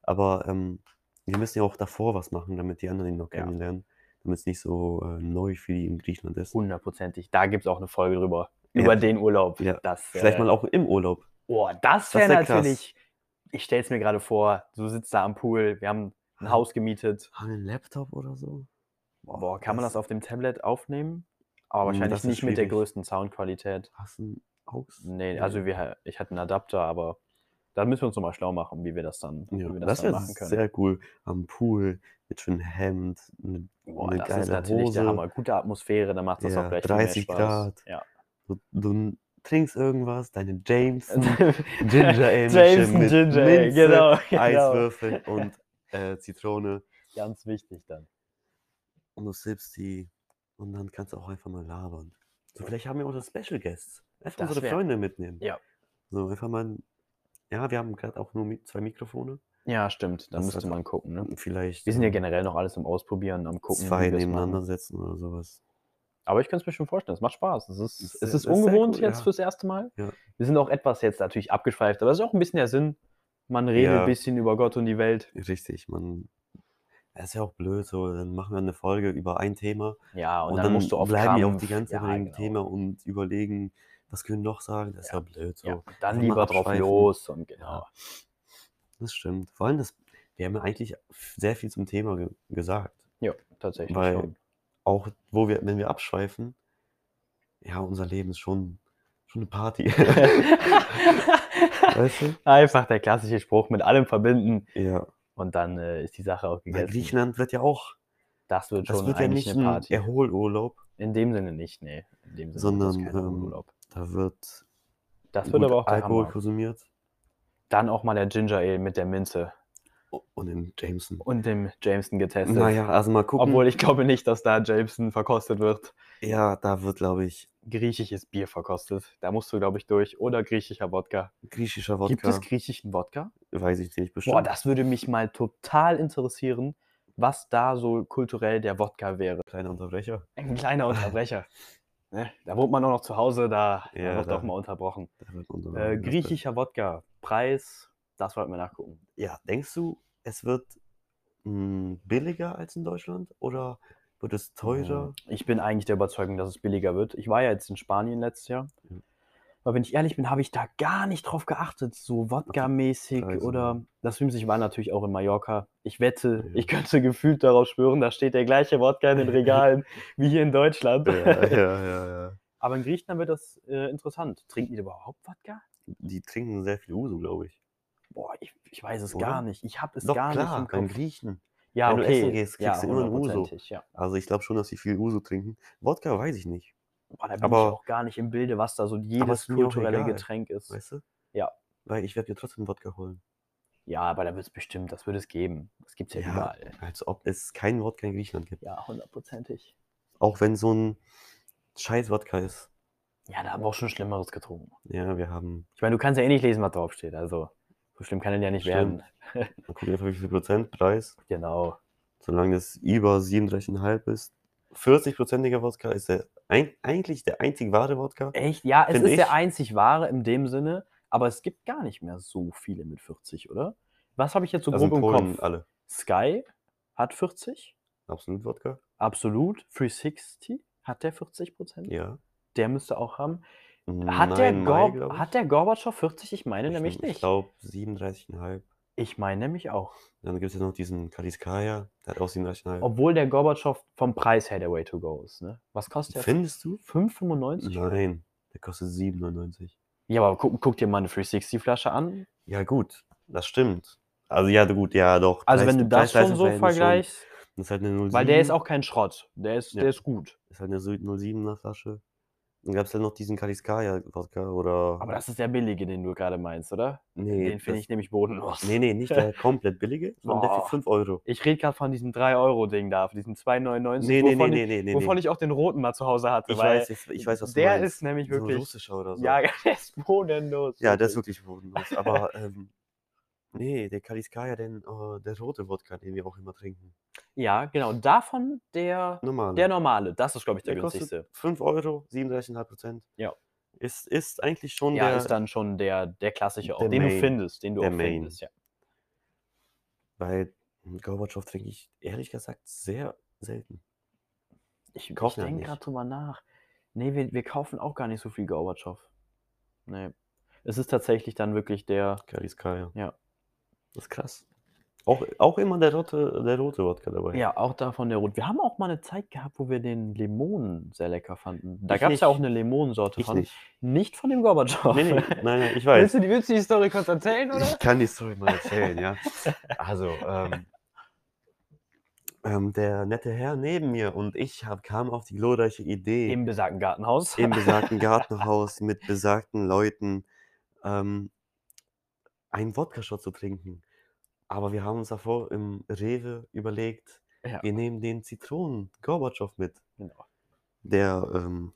[SPEAKER 2] Aber ähm, wir müssen ja auch davor was machen, damit die anderen ihn noch
[SPEAKER 1] Ja.
[SPEAKER 2] kennenlernen. Damit es nicht so äh, neu für die in Griechenland ist.
[SPEAKER 1] Hundertprozentig. Da gibt es auch eine Folge drüber.
[SPEAKER 2] Ja.
[SPEAKER 1] Über den Urlaub.
[SPEAKER 2] Ja.
[SPEAKER 1] Das,
[SPEAKER 2] Vielleicht
[SPEAKER 1] äh,
[SPEAKER 2] mal auch im Urlaub.
[SPEAKER 1] Boah, das
[SPEAKER 2] Das
[SPEAKER 1] wäre
[SPEAKER 2] wär krass.
[SPEAKER 1] natürlich. Ich stelle es mir gerade vor, du sitzt da am Pool, wir haben ein Haus gemietet.
[SPEAKER 2] Haben wir Ah, einen Laptop oder so?
[SPEAKER 1] Boah, kann man das auf dem Tablet aufnehmen? Aber
[SPEAKER 2] Hm,
[SPEAKER 1] wahrscheinlich
[SPEAKER 2] das ist
[SPEAKER 1] nicht mit der
[SPEAKER 2] schwierig.
[SPEAKER 1] größten Soundqualität.
[SPEAKER 2] Hast du einen Aux?
[SPEAKER 1] Nee, also wir, ich hatte einen Adapter, aber da müssen wir uns nochmal schlau machen, wie wir das dann,
[SPEAKER 2] Ja,
[SPEAKER 1] wie wir
[SPEAKER 2] das
[SPEAKER 1] dann
[SPEAKER 2] wäre sehr cool. Am Pool mit schönem Hemd. Mit
[SPEAKER 1] Boah,
[SPEAKER 2] eine
[SPEAKER 1] das ist
[SPEAKER 2] geile
[SPEAKER 1] natürlich der
[SPEAKER 2] Hose.
[SPEAKER 1] Hammer. Gute Atmosphäre, dann macht das
[SPEAKER 2] Ja,
[SPEAKER 1] auch gleich
[SPEAKER 2] 30
[SPEAKER 1] viel mehr Spaß.
[SPEAKER 2] Grad.
[SPEAKER 1] Ja.
[SPEAKER 2] du, du trinkst irgendwas, deine Jameson, Ginger Ale.
[SPEAKER 1] Jameson Ginger Ale, genau, genau.
[SPEAKER 2] Eiswürfel und äh, Zitrone.
[SPEAKER 1] Ganz wichtig dann.
[SPEAKER 2] Und du sippst die. Und dann kannst du auch einfach mal labern. So, vielleicht haben wir unsere Special Guests. Einfach
[SPEAKER 1] Das
[SPEAKER 2] unsere
[SPEAKER 1] wär-
[SPEAKER 2] Freunde mitnehmen.
[SPEAKER 1] Ja.
[SPEAKER 2] So, einfach mal. Ja, wir haben gerade auch nur mi- zwei Mikrofone.
[SPEAKER 1] Ja, stimmt. Da
[SPEAKER 2] Das
[SPEAKER 1] müsste
[SPEAKER 2] hat-
[SPEAKER 1] man gucken. Ne?
[SPEAKER 2] Vielleicht.
[SPEAKER 1] Wir sind ja
[SPEAKER 2] ähm,
[SPEAKER 1] generell noch alles im Ausprobieren, am Gucken. wie
[SPEAKER 2] zwei
[SPEAKER 1] wir's machen.
[SPEAKER 2] nebeneinander setzen oder sowas.
[SPEAKER 1] Aber ich kann es mir schon vorstellen, es macht Spaß. Es ist,
[SPEAKER 2] Ist
[SPEAKER 1] es
[SPEAKER 2] sehr-
[SPEAKER 1] ist
[SPEAKER 2] ist sehr
[SPEAKER 1] ungewohnt
[SPEAKER 2] cool,
[SPEAKER 1] jetzt
[SPEAKER 2] ja.
[SPEAKER 1] fürs erste Mal.
[SPEAKER 2] Ja.
[SPEAKER 1] Wir sind auch etwas jetzt natürlich abgeschweift, aber es ist auch ein bisschen der Sinn. Man redet
[SPEAKER 2] Ja.
[SPEAKER 1] ein bisschen über Gott und die Welt.
[SPEAKER 2] Richtig, man. Das ist ja auch blöd, so. Dann machen wir eine Folge über ein Thema
[SPEAKER 1] Ja, und,
[SPEAKER 2] und,
[SPEAKER 1] Genau, dann, musst du auf
[SPEAKER 2] bleiben wir auch
[SPEAKER 1] Krampf-
[SPEAKER 2] die ganze Zeit
[SPEAKER 1] ja,
[SPEAKER 2] bei dem
[SPEAKER 1] genau.
[SPEAKER 2] Thema und überlegen, was können wir noch sagen. Das ist ja, blöd, so.
[SPEAKER 1] Ja, dann
[SPEAKER 2] mal
[SPEAKER 1] lieber drauf
[SPEAKER 2] abschweifen.
[SPEAKER 1] los und genau.
[SPEAKER 2] Das stimmt. Vor allem, das, wir haben ja eigentlich sehr viel zum Thema ge gesagt.
[SPEAKER 1] Ja, tatsächlich
[SPEAKER 2] Weil-
[SPEAKER 1] schon.
[SPEAKER 2] Auch, wo wir, wenn wir abschweifen, ja, unser Leben ist schon, schon eine Party. weißt du?
[SPEAKER 1] Einfach der klassische Spruch mit allem verbinden
[SPEAKER 2] Ja.
[SPEAKER 1] und dann äh, ist die Sache auch
[SPEAKER 2] Weil
[SPEAKER 1] gegessen.
[SPEAKER 2] Griechenland wird ja auch,
[SPEAKER 1] Das wird
[SPEAKER 2] das
[SPEAKER 1] schon
[SPEAKER 2] wird ja
[SPEAKER 1] eigentlich
[SPEAKER 2] nicht
[SPEAKER 1] eine
[SPEAKER 2] ein
[SPEAKER 1] Party.
[SPEAKER 2] Erholurlaub,
[SPEAKER 1] In dem Sinne nicht, nee. In dem Sinne
[SPEAKER 2] Sondern,
[SPEAKER 1] wird das kein
[SPEAKER 2] ähm,
[SPEAKER 1] Urlaub.
[SPEAKER 2] da wird
[SPEAKER 1] Das
[SPEAKER 2] gut
[SPEAKER 1] wird aber auch der
[SPEAKER 2] Alkohol
[SPEAKER 1] Hammer.
[SPEAKER 2] konsumiert.
[SPEAKER 1] Dann auch mal der Ginger Ale mit der Minze
[SPEAKER 2] Oh, Und in Jameson.
[SPEAKER 1] und dem Jameson getestet.
[SPEAKER 2] Naja, also mal gucken.
[SPEAKER 1] Obwohl ich glaube nicht, dass da Jameson verkostet wird.
[SPEAKER 2] ja, da wird, glaube ich,
[SPEAKER 1] Griechisches Bier verkostet. Da musst du, glaube ich, durch. Oder griechischer Wodka.
[SPEAKER 2] griechischer Wodka.
[SPEAKER 1] Gibt es griechischen Wodka?
[SPEAKER 2] weiß ich nicht bestimmt.
[SPEAKER 1] Boah, das würde mich mal total interessieren, was da so kulturell der Wodka wäre.
[SPEAKER 2] Kleiner Unterbrecher.
[SPEAKER 1] Ein kleiner
[SPEAKER 2] Ah.
[SPEAKER 1] Unterbrecher. ne? Da wohnt man auch noch zu Hause, da da
[SPEAKER 2] Ja,
[SPEAKER 1] wird
[SPEAKER 2] da-
[SPEAKER 1] doch mal unterbrochen.
[SPEAKER 2] Da wird unser
[SPEAKER 1] Äh,
[SPEAKER 2] Name genannt.
[SPEAKER 1] griechischer Wodka, Preis, das wollten wir nachgucken.
[SPEAKER 2] Ja, denkst du, es wird mh, billiger als in Deutschland oder wird es teurer?
[SPEAKER 1] Ähm, Ich bin eigentlich der Überzeugung, dass es billiger wird. Ich war ja jetzt in Spanien letztes Jahr.
[SPEAKER 2] Mhm.
[SPEAKER 1] Aber wenn ich ehrlich bin, habe ich da gar nicht drauf geachtet, so Wodka-mäßig
[SPEAKER 2] Preise,
[SPEAKER 1] oder
[SPEAKER 2] ja.
[SPEAKER 1] das Film. Ich war natürlich auch in Mallorca. Ich wette,
[SPEAKER 2] Ja.
[SPEAKER 1] ich könnte gefühlt darauf schwören, da steht der gleiche Wodka in den Regalen wie hier in Deutschland.
[SPEAKER 2] ja, ja, ja.
[SPEAKER 1] Aber in Griechenland wird das äh, interessant. Trinken die überhaupt Wodka?
[SPEAKER 2] Die trinken sehr viel Uso, glaube ich.
[SPEAKER 1] Boah, ich, ich weiß es
[SPEAKER 2] Oder?
[SPEAKER 1] gar nicht. Ich habe es
[SPEAKER 2] Doch,
[SPEAKER 1] gar
[SPEAKER 2] klar,
[SPEAKER 1] nicht im
[SPEAKER 2] beim
[SPEAKER 1] Kopf.
[SPEAKER 2] Griechen.
[SPEAKER 1] Ja,
[SPEAKER 2] wenn du
[SPEAKER 1] okay.
[SPEAKER 2] essen gehst, kriegst
[SPEAKER 1] ja,
[SPEAKER 2] du immer einen Uso.
[SPEAKER 1] hundertprozentig, Ja.
[SPEAKER 2] Also ich glaube schon, dass sie viel Uso trinken. Wodka weiß ich nicht,
[SPEAKER 1] Boah, da bin ich
[SPEAKER 2] Aber-
[SPEAKER 1] auch gar nicht im Bilde, was da so jedes
[SPEAKER 2] ist mir auch
[SPEAKER 1] kulturelle
[SPEAKER 2] egal.
[SPEAKER 1] Getränk ist.
[SPEAKER 2] weißt du?
[SPEAKER 1] Ja.
[SPEAKER 2] Weil ich werde mir trotzdem Wodka holen.
[SPEAKER 1] Ja, aber da wird es bestimmt, das wird es geben. Das gibt es ja,
[SPEAKER 2] Ja.
[SPEAKER 1] überall.
[SPEAKER 2] Als ob es kein Wodka in Griechenland gibt.
[SPEAKER 1] Ja, hundertprozentig.
[SPEAKER 2] Auch wenn so ein scheiß Wodka ist.
[SPEAKER 1] Ja, da haben wir auch schon Schlimmeres getrunken.
[SPEAKER 2] Ja, wir haben.
[SPEAKER 1] Ich meine, du kannst ja eh nicht lesen, was draufsteht. Also, so schlimm kann denn ja nicht werden.
[SPEAKER 2] Man guckt einfach, wie viel Prozent Preis.
[SPEAKER 1] Genau.
[SPEAKER 2] Solange das über 37,5 ist. 40-prozentiger Wodka ist der, ein, eigentlich der einzig wahre Wodka.
[SPEAKER 1] Echt? Ja, es
[SPEAKER 2] Find
[SPEAKER 1] ist der
[SPEAKER 2] ich.
[SPEAKER 1] einzig wahre in dem Sinne, aber es gibt gar nicht mehr so viele mit 40, oder? Was habe ich jetzt so
[SPEAKER 2] Da
[SPEAKER 1] grob
[SPEAKER 2] sind
[SPEAKER 1] im
[SPEAKER 2] Also Polen
[SPEAKER 1] Kopf?
[SPEAKER 2] alle.
[SPEAKER 1] Sky hat 40,
[SPEAKER 2] Absolut Wodka.
[SPEAKER 1] Absolut, 360 hat der 40 Prozent.
[SPEAKER 2] Ja.
[SPEAKER 1] Der müsste auch haben. Hat, der, Gor hat der Gorbatschow 40? Ich meine nämlich
[SPEAKER 2] ich,
[SPEAKER 1] nicht.
[SPEAKER 2] Ich glaube 37,5.
[SPEAKER 1] ich meine nämlich auch.
[SPEAKER 2] Dann gibt es ja noch diesen Kaliskaya. Der hat auch 37,5.
[SPEAKER 1] Obwohl der Gorbatschow vom Preis her der Way to Go ist. Ne? Was kostet der?
[SPEAKER 2] Findest du?
[SPEAKER 1] 5,95?
[SPEAKER 2] Nein. Der kostet 7,99.
[SPEAKER 1] Ja, aber guck, guck dir mal eine 360-Flasche an.
[SPEAKER 2] Ja, gut. Das stimmt. Also, ja, gut. Ja, doch.
[SPEAKER 1] Also,
[SPEAKER 2] Preis-
[SPEAKER 1] wenn du das schon so
[SPEAKER 2] Preis-Leistungs-Verhältnis
[SPEAKER 1] vergleichst,
[SPEAKER 2] Das ist halt eine 07.
[SPEAKER 1] weil der ist auch kein Schrott. Der ist,
[SPEAKER 2] Ja.
[SPEAKER 1] der ist gut.
[SPEAKER 2] Ist halt eine 07er 'ne Flasche. Dann gab es halt noch diesen Kaliskaya-Wodka oder.
[SPEAKER 1] Aber das ist der billige, den du gerade meinst, oder?
[SPEAKER 2] nee,
[SPEAKER 1] den finde
[SPEAKER 2] das-
[SPEAKER 1] ich nämlich bodenlos.
[SPEAKER 2] Nee, nee, nicht der komplett billige, sondern der
[SPEAKER 1] Boah.
[SPEAKER 2] für 5 Euro.
[SPEAKER 1] Ich rede gerade von diesem 3-Euro-Ding da, von diesem 2,99,
[SPEAKER 2] Nee, nee, nee,
[SPEAKER 1] wovon, ich,
[SPEAKER 2] nee, nee, nee.
[SPEAKER 1] wovon
[SPEAKER 2] nee.
[SPEAKER 1] ich auch den roten mal zu Hause hatte.
[SPEAKER 2] ich,
[SPEAKER 1] weil
[SPEAKER 2] weiß, ich, ich weiß, was du
[SPEAKER 1] der
[SPEAKER 2] meinst.
[SPEAKER 1] ist nämlich
[SPEAKER 2] So ein
[SPEAKER 1] wirklich.
[SPEAKER 2] russischer oder so.
[SPEAKER 1] ja, der ist bodenlos.
[SPEAKER 2] Ja, das ist wirklich bodenlos. Aber ähm, nee, der Kaliskaya, den, äh, der rote Wodka, den wir auch immer trinken.
[SPEAKER 1] Ja, genau. Davon der,
[SPEAKER 2] Normal.
[SPEAKER 1] der normale. Das ist, glaube ich, der, günstigste.
[SPEAKER 2] kostet 5 Euro, 37,5 Prozent.
[SPEAKER 1] Ja.
[SPEAKER 2] Ist, ist eigentlich schon
[SPEAKER 1] Ja,
[SPEAKER 2] der.
[SPEAKER 1] ist dann schon der, der klassische auch,
[SPEAKER 2] der
[SPEAKER 1] den du
[SPEAKER 2] Main.
[SPEAKER 1] findest, den du
[SPEAKER 2] Der
[SPEAKER 1] auch
[SPEAKER 2] Main.
[SPEAKER 1] findest, ja.
[SPEAKER 2] Weil Gorbatschow trinke ich ehrlich gesagt sehr selten.
[SPEAKER 1] Ich, ich
[SPEAKER 2] Kaufen wir
[SPEAKER 1] denke
[SPEAKER 2] nicht.
[SPEAKER 1] gerade drüber nach. Nee, wir, wir kaufen auch gar nicht so viel Gorbatschow. Nee. Es ist tatsächlich dann wirklich der.
[SPEAKER 2] Kaliskaya.
[SPEAKER 1] Ja.
[SPEAKER 2] Das ist krass. Auch, auch immer der rote, der rote Wodka dabei.
[SPEAKER 1] Ja, auch davon der Rot. Wir haben auch mal eine Zeit gehabt, wo wir den Limonen sehr lecker fanden. Da
[SPEAKER 2] Ich
[SPEAKER 1] gab es ja auch
[SPEAKER 2] nicht.
[SPEAKER 1] eine Limonensorte
[SPEAKER 2] Ich
[SPEAKER 1] von.
[SPEAKER 2] nicht.
[SPEAKER 1] Nicht von dem Gorbatschow.
[SPEAKER 2] Nee, nee, nein, nein, ich weiß.
[SPEAKER 1] willst, du die, willst du die Story kurz erzählen, oder?
[SPEAKER 2] Ich kann die Story mal erzählen, ja. Also, ähm, ähm, der nette Herr neben mir und ich hab, kamen auf die glorreiche Idee,
[SPEAKER 1] Im besagten Gartenhaus.
[SPEAKER 2] im besagten Gartenhaus mit besagten Leuten ähm, einen Wodka-Shot zu trinken. Aber wir haben uns davor im Rewe überlegt,
[SPEAKER 1] Ja.
[SPEAKER 2] wir nehmen den Zitronen-Gorbatschow mit.
[SPEAKER 1] Genau. Ah,
[SPEAKER 2] Der, ähm,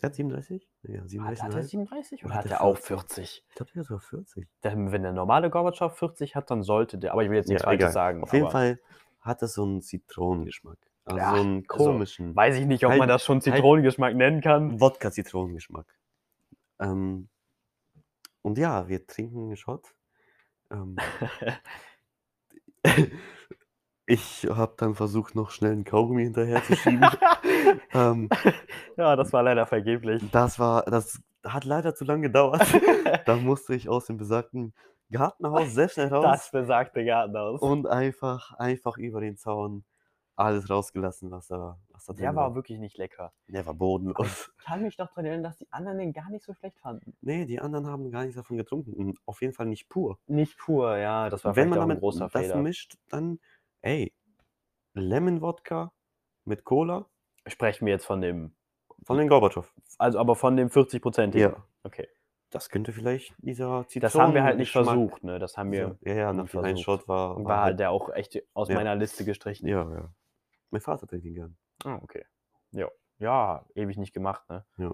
[SPEAKER 2] der hat 37? Ja,
[SPEAKER 1] Hat,
[SPEAKER 2] 37.
[SPEAKER 1] hat er 37 oder
[SPEAKER 2] Oder
[SPEAKER 1] hat
[SPEAKER 2] hat
[SPEAKER 1] er
[SPEAKER 2] er
[SPEAKER 1] auch 40?
[SPEAKER 2] 40? Ich glaube, der hat sogar 40.
[SPEAKER 1] Denn wenn der normale Gorbatschow 40 hat, dann sollte der. Aber ich will jetzt nichts
[SPEAKER 2] Ja,
[SPEAKER 1] Falsches
[SPEAKER 2] egal.
[SPEAKER 1] sagen.
[SPEAKER 2] Auf jeden
[SPEAKER 1] aber
[SPEAKER 2] Fall hat das so einen Zitronengeschmack. Also
[SPEAKER 1] Ja,
[SPEAKER 2] so einen komischen
[SPEAKER 1] Weiß ich nicht, ob
[SPEAKER 2] Halt-
[SPEAKER 1] man das schon
[SPEAKER 2] halt-
[SPEAKER 1] Zitronengeschmack nennen kann.
[SPEAKER 2] Wodka-Zitronengeschmack. Ähm, und ja, wir trinken einen Shot. Ähm, ich habe dann versucht, noch schnell einen Kaugummi hinterherzuschieben. ähm,
[SPEAKER 1] ja, das war leider vergeblich.
[SPEAKER 2] das war, das hat leider zu lange gedauert. da musste ich aus dem besagten Gartenhaus sehr schnell raus.
[SPEAKER 1] Das besagte Gartenhaus.
[SPEAKER 2] und einfach, einfach über den Zaun alles rausgelassen, was da, was da drin
[SPEAKER 1] der
[SPEAKER 2] war.
[SPEAKER 1] war wirklich nicht lecker.
[SPEAKER 2] Der war bodenlos.
[SPEAKER 1] Ich kann mich doch daran erinnern, dass die anderen den gar nicht so schlecht fanden.
[SPEAKER 2] Nee, die anderen haben gar nichts davon getrunken. Und auf jeden Fall nicht pur.
[SPEAKER 1] Nicht pur, ja, das war
[SPEAKER 2] Wenn
[SPEAKER 1] Wenn
[SPEAKER 2] man
[SPEAKER 1] vielleicht auch
[SPEAKER 2] damit
[SPEAKER 1] ein großer
[SPEAKER 2] das
[SPEAKER 1] Fehler.
[SPEAKER 2] mischt, dann, ey, Lemon-Wodka mit Cola
[SPEAKER 1] Sprechen wir jetzt von dem,
[SPEAKER 2] von den Gorbatschow.
[SPEAKER 1] also aber von dem 40-prozentigen. Okay.
[SPEAKER 2] Das könnte vielleicht dieser Zitronen.
[SPEAKER 1] Das haben wir halt nicht versucht, ne? Das haben wir,
[SPEAKER 2] Ja, ja,
[SPEAKER 1] nie
[SPEAKER 2] nach dem einen
[SPEAKER 1] versucht.
[SPEAKER 2] Shot war.
[SPEAKER 1] war halt der auch echt aus
[SPEAKER 2] Ja.
[SPEAKER 1] meiner Liste gestrichen.
[SPEAKER 2] ja, ja. Mein Vater trinkt ihn gern.
[SPEAKER 1] Ah, okay. Ja. Ja, ewig nicht gemacht, ne?
[SPEAKER 2] Ja.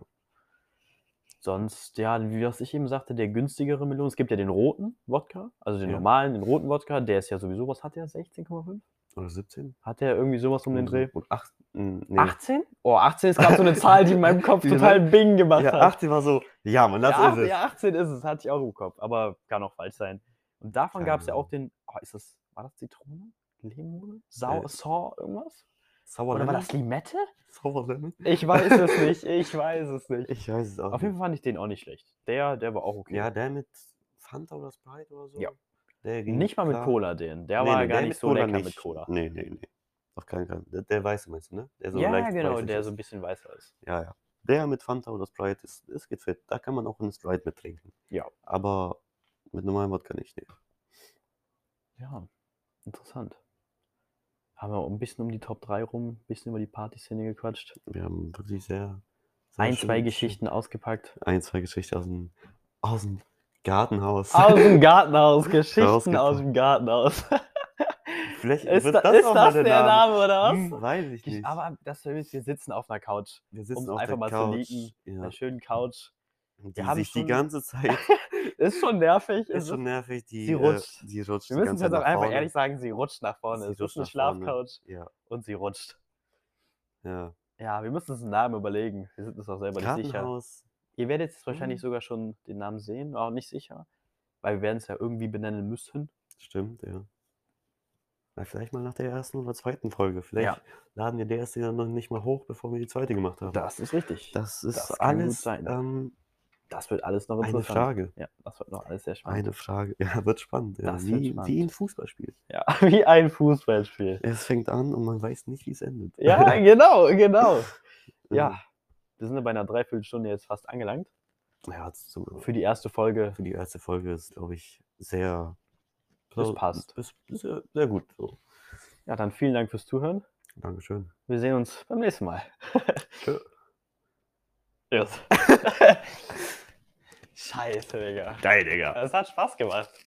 [SPEAKER 1] Sonst, ja, wie was ich eben sagte, der günstigere Melon. Es gibt ja den roten Wodka, also den
[SPEAKER 2] Ja.
[SPEAKER 1] normalen, den roten Wodka, der ist ja sowieso, was hat der? 16,5?
[SPEAKER 2] Oder 17?
[SPEAKER 1] Hat der irgendwie sowas um den Dreh?
[SPEAKER 2] Äh, Und 8, nee.
[SPEAKER 1] 18? Oh, 18 ist gerade so eine Zahl, die in meinem Kopf
[SPEAKER 2] Die sind- halt-
[SPEAKER 1] total Bing gemacht
[SPEAKER 2] ja,
[SPEAKER 1] hat.
[SPEAKER 2] 18 war so, ja, man, das
[SPEAKER 1] ja,
[SPEAKER 2] ist es.
[SPEAKER 1] ja, 18 ist es, hatte ich auch im Kopf, aber kann auch falsch sein. Und davon
[SPEAKER 2] Keine
[SPEAKER 1] gab es ja auch
[SPEAKER 2] Ahnung.
[SPEAKER 1] den, oh, ist das, war das Zitrone? Limone? Sau,
[SPEAKER 2] Äh.
[SPEAKER 1] Saw, irgendwas?
[SPEAKER 2] Sauer
[SPEAKER 1] Oder war
[SPEAKER 2] Lemon?
[SPEAKER 1] das Limette?
[SPEAKER 2] Sauer Lemon?
[SPEAKER 1] Ich weiß es nicht, ich weiß es nicht.
[SPEAKER 2] Ich weiß es auch
[SPEAKER 1] Auf
[SPEAKER 2] nicht.
[SPEAKER 1] jeden Fall fand ich den auch nicht schlecht. Der, der war auch okay.
[SPEAKER 2] Ja, der mit Fanta oder Sprite oder so.
[SPEAKER 1] Ja.
[SPEAKER 2] Der ging
[SPEAKER 1] nicht mal mit
[SPEAKER 2] klar.
[SPEAKER 1] Cola, den. Der
[SPEAKER 2] Nee,
[SPEAKER 1] war
[SPEAKER 2] nee,
[SPEAKER 1] gar
[SPEAKER 2] der
[SPEAKER 1] nicht
[SPEAKER 2] mit
[SPEAKER 1] so
[SPEAKER 2] Cola
[SPEAKER 1] lecker mit
[SPEAKER 2] nicht.
[SPEAKER 1] Cola.
[SPEAKER 2] Nee, nee, nee. Auf keinen Fall. Der, der weiße meinst du, ne? Der so
[SPEAKER 1] ja,
[SPEAKER 2] leicht
[SPEAKER 1] genau,
[SPEAKER 2] weißig
[SPEAKER 1] der
[SPEAKER 2] ist.
[SPEAKER 1] so ein bisschen weißer ist.
[SPEAKER 2] Ja, ja. Der mit Fanta oder Sprite ist, ist geht fit. Da kann man auch einen Sprite mit trinken.
[SPEAKER 1] Ja.
[SPEAKER 2] Aber mit normalem Wodka nicht. Nee.
[SPEAKER 1] Ja, interessant. Haben wir ein bisschen um die Top 3 rum, ein bisschen über die Partyszene gequatscht.
[SPEAKER 2] Wir haben wirklich sehr. sehr
[SPEAKER 1] Ein, zwei
[SPEAKER 2] schön-
[SPEAKER 1] Geschichten ausgepackt.
[SPEAKER 2] Ein, zwei Geschichten aus dem, aus dem Gartenhaus.
[SPEAKER 1] Aus dem Gartenhaus, Geschichten aus
[SPEAKER 2] Rausgepackt.
[SPEAKER 1] dem Gartenhaus.
[SPEAKER 2] Vielleicht
[SPEAKER 1] ist
[SPEAKER 2] wird
[SPEAKER 1] da,
[SPEAKER 2] das
[SPEAKER 1] ist
[SPEAKER 2] auch mal
[SPEAKER 1] das der Name, oder was?
[SPEAKER 2] Hm, weiß ich
[SPEAKER 1] Gesch-
[SPEAKER 2] nicht.
[SPEAKER 1] Aber das wir sitzen auf einer Couch.
[SPEAKER 2] wir sitzen
[SPEAKER 1] um's
[SPEAKER 2] auf
[SPEAKER 1] einfach
[SPEAKER 2] der
[SPEAKER 1] mal zu
[SPEAKER 2] Couch.
[SPEAKER 1] leaken,
[SPEAKER 2] Ja.
[SPEAKER 1] Einer schönen Couch.
[SPEAKER 2] Die
[SPEAKER 1] haben
[SPEAKER 2] sich die
[SPEAKER 1] schon-
[SPEAKER 2] ganze Zeit
[SPEAKER 1] Ist schon nervig.
[SPEAKER 2] ist
[SPEAKER 1] es
[SPEAKER 2] schon nervig, die,
[SPEAKER 1] sie
[SPEAKER 2] äh,
[SPEAKER 1] rutscht.
[SPEAKER 2] die rutscht
[SPEAKER 1] Wir
[SPEAKER 2] die
[SPEAKER 1] müssen es
[SPEAKER 2] ganze
[SPEAKER 1] jetzt
[SPEAKER 2] Zeit
[SPEAKER 1] auch
[SPEAKER 2] nach
[SPEAKER 1] einfach
[SPEAKER 2] vorne.
[SPEAKER 1] ehrlich sagen, sie rutscht nach vorne.
[SPEAKER 2] Sie
[SPEAKER 1] es ist
[SPEAKER 2] rutscht
[SPEAKER 1] eine
[SPEAKER 2] nach vorne.
[SPEAKER 1] Schlafcouch
[SPEAKER 2] Ja,
[SPEAKER 1] und sie rutscht.
[SPEAKER 2] ja.
[SPEAKER 1] Ja, wir müssen uns einen Namen überlegen. Wir sind uns auch selber nicht sicher.
[SPEAKER 2] Gartenhaus.
[SPEAKER 1] Ihr werdet jetzt wahrscheinlich
[SPEAKER 2] Hm.
[SPEAKER 1] sogar schon den Namen sehen, aber nicht sicher. Weil wir werden es ja irgendwie benennen müssen.
[SPEAKER 2] Stimmt, ja. Na, vielleicht mal nach der ersten oder zweiten Folge. Vielleicht laden wir die erste ja noch nicht mal hoch, bevor wir die zweite gemacht haben.
[SPEAKER 1] ist richtig. Das,
[SPEAKER 2] Das ist
[SPEAKER 1] das kann gut
[SPEAKER 2] alles
[SPEAKER 1] sein.
[SPEAKER 2] ähm,
[SPEAKER 1] wird alles noch
[SPEAKER 2] eine
[SPEAKER 1] interessant.
[SPEAKER 2] Frage.
[SPEAKER 1] Ja, das wird noch alles sehr spannend.
[SPEAKER 2] Eine Frage. Ja, wird spannend. Ja.
[SPEAKER 1] Das
[SPEAKER 2] wie,
[SPEAKER 1] wird spannend.
[SPEAKER 2] wie ein Fußballspiel.
[SPEAKER 1] Ja, wie ein Fußballspiel.
[SPEAKER 2] Es fängt an und man weiß nicht, wie es endet.
[SPEAKER 1] Ja, genau, genau.
[SPEAKER 2] ja.
[SPEAKER 1] Ja, wir sind ja bei einer Dreiviertelstunde jetzt fast angelangt.
[SPEAKER 2] Ähm, Ja, hat's so-
[SPEAKER 1] Für die erste Folge.
[SPEAKER 2] für die erste Folge ist, glaube ich, sehr.
[SPEAKER 1] Das passt.
[SPEAKER 2] Ist, ist sehr, sehr gut. So.
[SPEAKER 1] Ja, dann vielen Dank fürs Zuhören.
[SPEAKER 2] Dankeschön.
[SPEAKER 1] Wir sehen uns beim nächsten Mal.
[SPEAKER 2] Tschö.
[SPEAKER 1] Yes. Scheiße, Digga.
[SPEAKER 2] Geil, Digga.
[SPEAKER 1] Es hat Spaß gemacht.